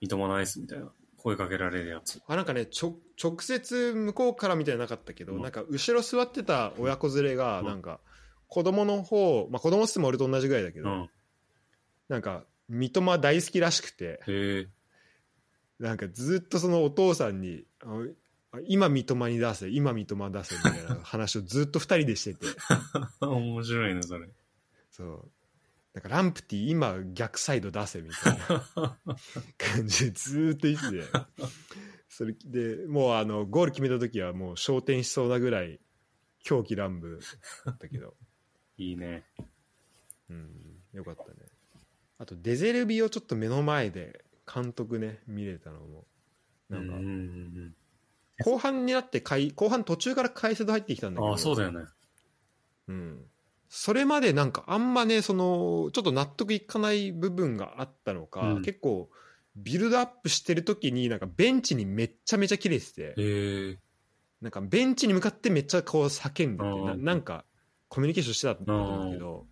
S1: 三笘ナイスみたいな、声かけられるやつ。
S2: あなんかねちょ直接向こうからみたいなのなかったけど、
S1: うん
S2: なんか後ろ座ってた親子連れが
S1: うん
S2: なんか子供の方、まあ、子供っつっても俺と同じぐらいだけ
S1: う
S2: ど、
S1: ん。
S2: なんか三笘大好きらしくて
S1: へえ。
S2: なんかずっとそのお父さんに「あの今三笘に出せ今三笘出せ」みたいな話をずっと二人でしてて
S1: 面白いね、それ。
S2: そうなんかランプティ今逆サイド出せみたいな 感じでずーっといつでそれでもうあのゴール決めた時はもう焦点しそうなぐらい狂気乱舞だったけど、
S1: いいね。
S2: うん、よかったねあとデゼルビをちょっと目の前で監督ね見れたのもな
S1: うん
S2: んか
S1: うん
S2: 後半になってかい後半途中から解説入ってきたん
S1: う
S2: だ
S1: ん。
S2: けど
S1: ああ、そうだよね。
S2: うん、それまでなんかあんまねそのちょっと納得いかない部分があったのか、
S1: うん
S2: 結構ビルドアップしてる時になんかベンチにめっちゃめちゃ切れてて
S1: へえ。
S2: なんかベンチに向かってめっちゃこう叫んでて
S1: うん
S2: ななんかコミュニケーションしてたんだと思うんだけど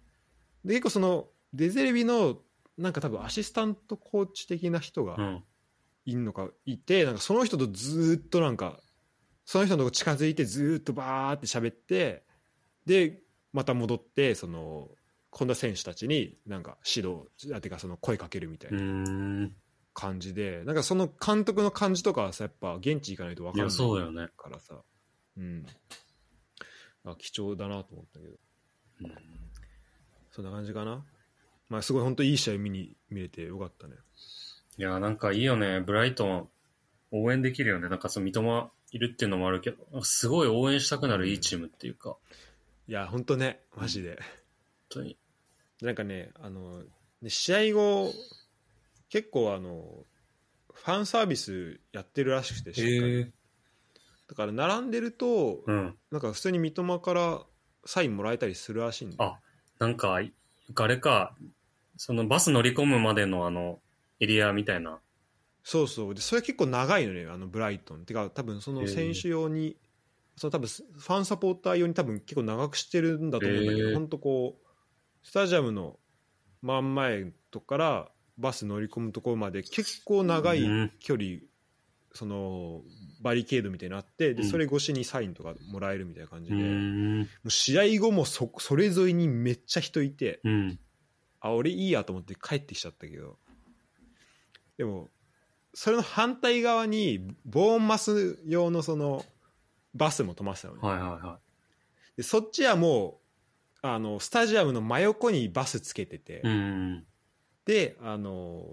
S2: で結構そのデゼルビのなんか多分アシスタントコーチ的な人
S1: う
S2: が
S1: ん。。
S2: いんのかいてなんかその人とずーっとなんかその人のとこ近づいてずーっとバーって喋ってでまた戻ってその今度は選手たちになんか指導あてかその声かけるみたいうなん感じでなんかその監督の感じとかはさやっぱ現地行かないと分
S1: い
S2: かんな
S1: や、
S2: い
S1: そうだよね。
S2: からさ、うん、あ貴重だなと思ったけど、
S1: うん
S2: そんな感じかな、まあ、すごい本当いい試合見に見れてよかったね。
S1: いや、なんかいいよね。ブライトン、応援できるよね。なんかその三笘いるっていうのもあるけど、すごい応援したくなるいいチームっていうか、本
S2: いや、本当ね、マジで。
S1: 当に。
S2: なんかね、あのね試合後、結構あの、ファンサービスやってるらしくて、しっかり
S1: え。
S2: だから並んでると、
S1: うん。
S2: なんか普通に三笘からサインもらえたりするらしいんだよ
S1: あなんか、あれか、そのバス乗り込むまでのあの、エリアみたいな。
S2: そうそうでそれ結構長いのねあのブライトンてか多分その選手用に、その多分ファンサポーター用に多分結構長くしてるんだと思うんだけど、
S1: へえ
S2: ほんとこうスタジアムの真ん前とかからバス乗り込むところまで結構長い
S1: うん
S2: 距離、そのバリケードみたいになのあってで
S1: うん
S2: それ越しにサインとかもらえるみたいな感じ
S1: う
S2: で、も
S1: ん。
S2: う試合後もそそれ沿いにめっちゃ人いて、
S1: うん。
S2: あ俺いいやと思って帰ってきちゃったけどでもそれの反対側にボーンマス用のそのバスも止まってたのね、
S1: はいはいは
S2: でそっちはもうあのスタジアムの真横にバスつけてて、
S1: うん。
S2: であの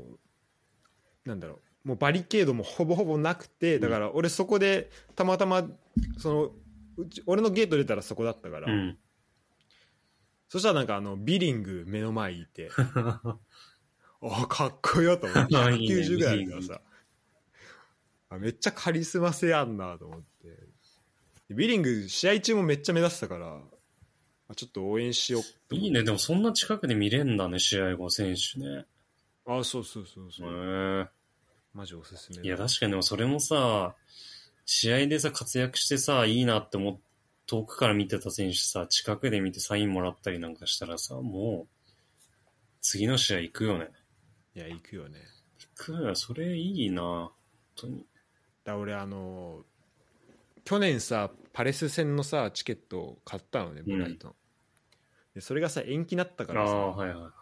S2: なんだろうもうバリケードもほぼほぼなくてだから俺そこでたまたまそのうち俺のゲート出たらそこだったから、
S1: うん。
S2: そしたらなんかあのビリング目の前にいてあかっこよと思って
S1: あいいね
S2: 190ぐらいあるからさあめっちゃカリスマ性あんなと思ってでビリング試合中もめっちゃ目立ってたからあちょっと応援しようと思って
S1: いいね、でもそんな近くで見れんだね、試合後、選手ね。
S2: あそうそうそうそう、
S1: へ
S2: マジおすすめ
S1: え。いや、確かにでもそれもさ、試合でさ、活躍してさ、いいなって思っ遠くから見てた選手さ、近くで見てサインもらったりなんかしたらさ、もう、次の試合行くよね。
S2: いや行くよね
S1: 行くよ、それいいな、本当に。
S2: だ俺あの去年さパレス戦のさチケットを買ったのねブライトン、でそれがさ延期になった
S1: あ
S2: から
S1: あ、
S2: さ
S1: はいは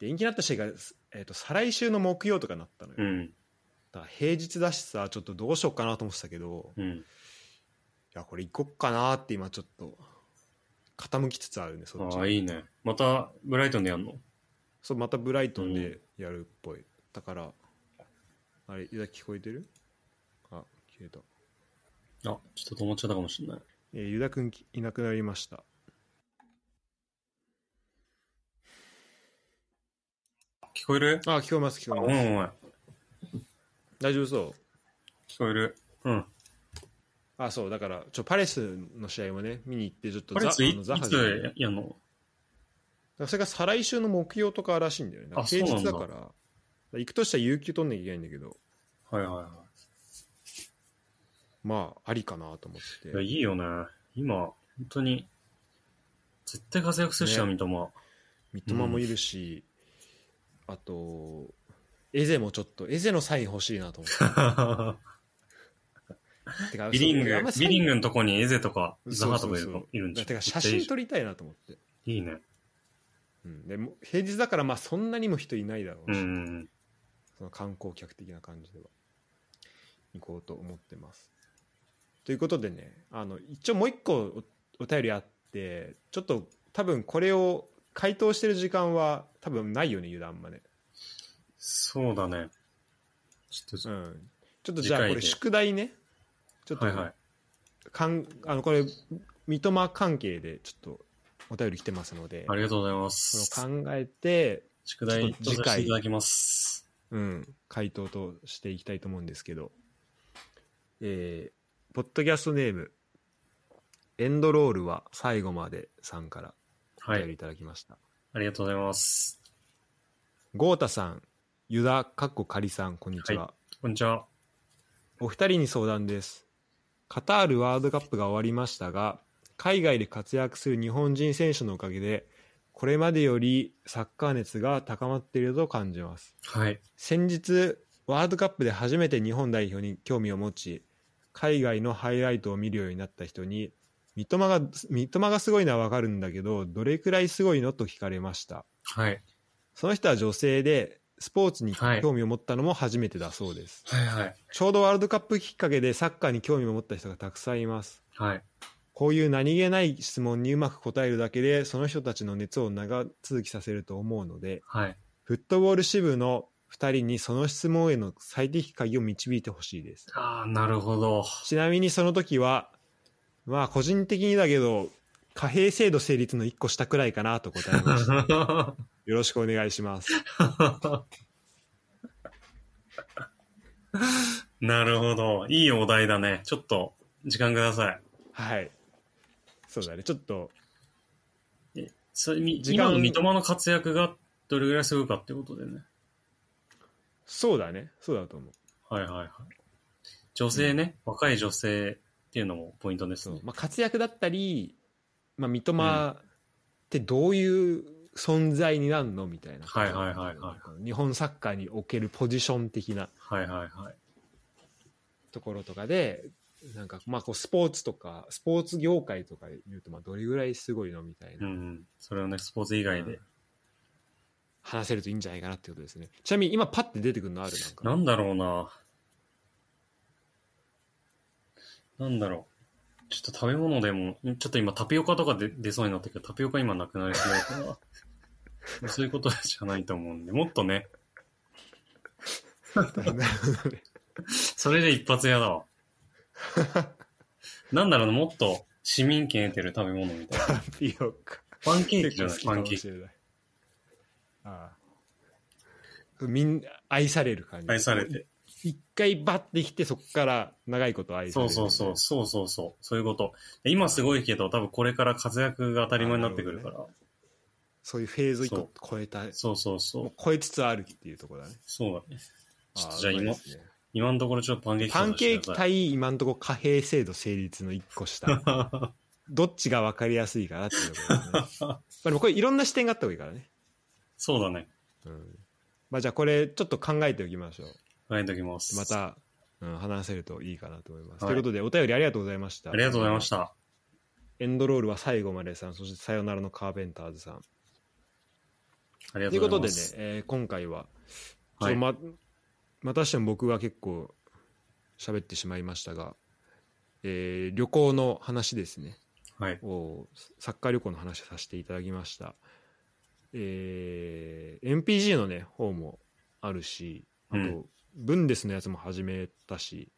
S2: で延期になった試合が、えー、と再来週の木曜とかになったのよ、
S1: い。うん、
S2: だから平日だしさちょっとどうしようかなと思ってたけど
S1: うん。
S2: いやこれ行こっかなって今ちょっと傾きつつあるねそっち
S1: ああ、いいね。また、ブライトンでやんの
S2: そうまたブライトンでやるっぽい、だからあれ伊沢聞こえてるあ消えた
S1: あ、ちょっと止まっちゃったかもしれない。
S2: えー、ユダ君いなくなりました。
S1: 聞こえる
S2: あ、聞こえます、聞
S1: あ、
S2: こ
S1: ご
S2: え
S1: め
S2: ます。
S1: んごめん。
S2: 大丈夫そう
S1: 聞こえる。うん。
S2: あ、そう、だから、ちょ、パレスの試合もね、見に行って、ちょっと
S1: パレスい
S2: あの
S1: い
S2: ハじゃないだか
S1: つやんの
S2: らそれが再来週の木曜とからしいんだよね。だから
S1: あ
S2: 平
S1: そうな
S2: 日
S1: ん
S2: だ
S1: だ
S2: から、だから行くとしたら有給取んなきゃいけないんだけど、
S1: はいはいはい。
S2: まあ、ありかなと思って
S1: いや、い。いよね。今、本当に、絶対活躍するしな、
S2: ね
S1: 三 笘。
S2: 三笘もいるし、あと、エゼもちょっと、エゼのサイン欲しいなと思っ て。てか
S1: ビリン
S2: そうあん
S1: グ
S2: ま、サイ
S1: ビリングのとこにエゼとか、ザ
S2: そう
S1: ハ
S2: そ
S1: と
S2: う
S1: かい
S2: そう
S1: るのいるんでしょ。
S2: てか、写
S1: めっ
S2: 真
S1: ちゃ
S2: 撮りたいなと思って。
S1: いいいいね。
S2: うん、でも平日だから、まあ、そんなにも人いないだろ
S1: う
S2: うし。
S1: ん。
S2: その観光客的な感じでは行こうと思ってます。ということでねあの一応もう一個おお便りあってちょっと多分これを回答してる時間は多分ないよね油断まね、
S1: そうだね。ちょっ
S2: う
S1: と、
S2: ん、ちょっとじゃ
S1: 次
S2: あ
S1: 回
S2: こ
S1: で
S2: れ宿題ねちょっと、
S1: はいはい。
S2: かんあのこれ三笘関係でちょっとお便り来てますので
S1: ありがとうございま
S2: それ
S1: す。
S2: を考えて、
S1: 宿題
S2: ちょ
S1: と
S2: っと次回
S1: させていただきます。
S2: うん、回答としていきたいと思うんですけど、えー、ポッドキャストネーム、エンドロールは最後までさんからお
S1: は
S2: 便り
S1: い。
S2: いただきました。
S1: ありがとうございます。
S2: 豪太さん、ユダ、かっこかりさん、こんにちは。
S1: はこんにちは。
S2: お二人に相談です。カタールワールドカップが終わりましたが、海外で活躍する日本人選手のおかげで、これまでよりサッカー熱が高まっていると感じます。
S1: はい。
S2: 先日ワールドカップで初めて日本代表に興味を持ち海外のハイライトを見るようになった人に三笘が三笘がすごいのはわかるんだけどどれくらいすごいのと聞かれました
S1: はい。
S2: その人は女性でスポーツに
S1: はい
S2: 興味を持ったのも初めてだそうです、
S1: はいはい。
S2: ちょうどワールドカップきっかけでサッカーに興味を持った人がたくさんいます
S1: はい。
S2: こういう何気ない質問にうまく答えるだけでその人たちの熱を長続きさせると思うので
S1: はい。
S2: フットボール支部の2人にその質問への最適解を導いてほしいです。
S1: ああ、なるほ ど。
S2: ちなみにその時は、まあ個人的にだけど、貨幣制度成立の1個下くらいかなと答え ました。よろしくお願いします。
S1: なるほど。いいお題だね。ちょっと、時間ください。
S2: はい。そうだね。ちょっと、
S1: それみ
S2: 時間
S1: 今の三笘の活躍がどれぐらいすごいかってことでね。
S2: そうだね。そうだと思う。
S1: はいはいはい。女性ね、若い女性っていうのもポイントです
S2: そう
S1: ね。
S2: まあ、活躍だったり、まあ、三笘ってどういう存在になるのみたいな。
S1: はいはいはいは
S2: 日本サッカーにおけるポジション的な。
S1: はいはいはい。
S2: ところとかでなんかまあこうスポーツとかスポーツ業界とか言うとまあどれぐらいすごいのみたい
S1: うん
S2: な、
S1: うん。それをね、スポーツ以外で。
S2: 話せるといいんじゃないかなってことですねちなみに今パッて出てくるのあるなんか
S1: なんだろうな。なんだろう。ちょっと食べ物でも、んちょっと今タピオカとかで出そうになったけど、タピオカ今なくなりそうだから、 そういうことじゃないと思うんで、もっとね、
S2: なるほどね
S1: それで一発屋だ わ。なんだろうな、もっと市民権得てる食べ物みたいな。
S2: タピオカ
S1: パンケーキ
S2: 結
S1: じゃな
S2: 構好
S1: い
S2: き
S1: パン
S2: かも
S1: ケー
S2: し
S1: キ。
S2: れないああみんな愛される感じ
S1: 愛されて。
S2: 一回バッてきてそこから長いこと愛さ
S1: そ
S2: れ
S1: う
S2: る
S1: そうそう、そうそうそう、そういうこと。今すごいけど、多分これから活躍が当たり前になってくるから。
S2: そういうフェーズ一
S1: そう
S2: 個超えたもう
S1: そうそうそう。
S2: 超えつつあるっていうところだね
S1: そうだね。ちょっと
S2: ああ
S1: じゃあ
S2: うま
S1: 今
S2: いですね
S1: 今のところちょっとパンケーキ
S2: パンケー
S1: と
S2: キ
S1: か
S2: 対今んとこ貨幣制度成立の一個 下どっちが分かりやすいかなっていうところです ねまあでもこれいろんな視点があった方がいいからね、
S1: そうだね。
S2: うんまあ、じゃあこれちょっと考えておきましょう
S1: 考えておきます。
S2: ま。た、うん、話せるといいかなと思います、
S1: はい
S2: ということでお便りありがとうございました
S1: ありがとうございました。
S2: エンドロールは最後までさんそしてさよならのカーペンターズさん
S1: ありが
S2: とい
S1: と
S2: う
S1: う
S2: こ
S1: ございま
S2: とでね
S1: す。、
S2: えー今回は
S1: は
S2: ちょっと
S1: い、
S2: ま,、またしても僕が結構喋ってしまいましたが、えー旅行の話ですね
S1: はい。
S2: をサッカー旅行の話をさせていただきました、えー MPG のね方もあるしあと、
S1: うん
S2: ブンデスのやつも始めたし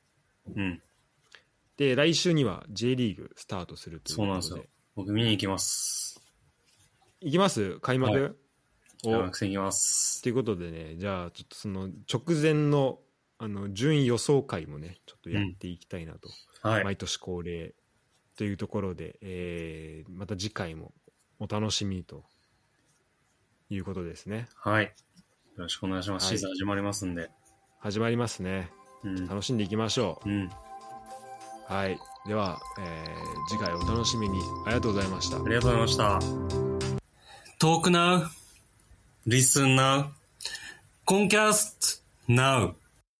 S1: うん。
S2: で来週には J リーグスタートするということで
S1: そうなんです僕見に行きます。
S2: 行きます開幕、
S1: は
S2: お
S1: 山口戦行きます。
S2: ということでねじゃあちょっとその直前のあの順位予想会もねちょっとやっていきたいなと、
S1: はい。
S2: 毎年恒例というところで、えーまた次回もお楽しみということですね
S1: はい。よろしくお願いします。
S2: は
S1: シ
S2: い
S1: ーズン始まりますんで。
S2: 始まりますね
S1: うん。
S2: 楽しんでいきましょ
S1: うん。
S2: うはいでは、えー次回お楽しみにありがとうございました
S1: ありがとうございました。Talk now. Listen now. Concast now.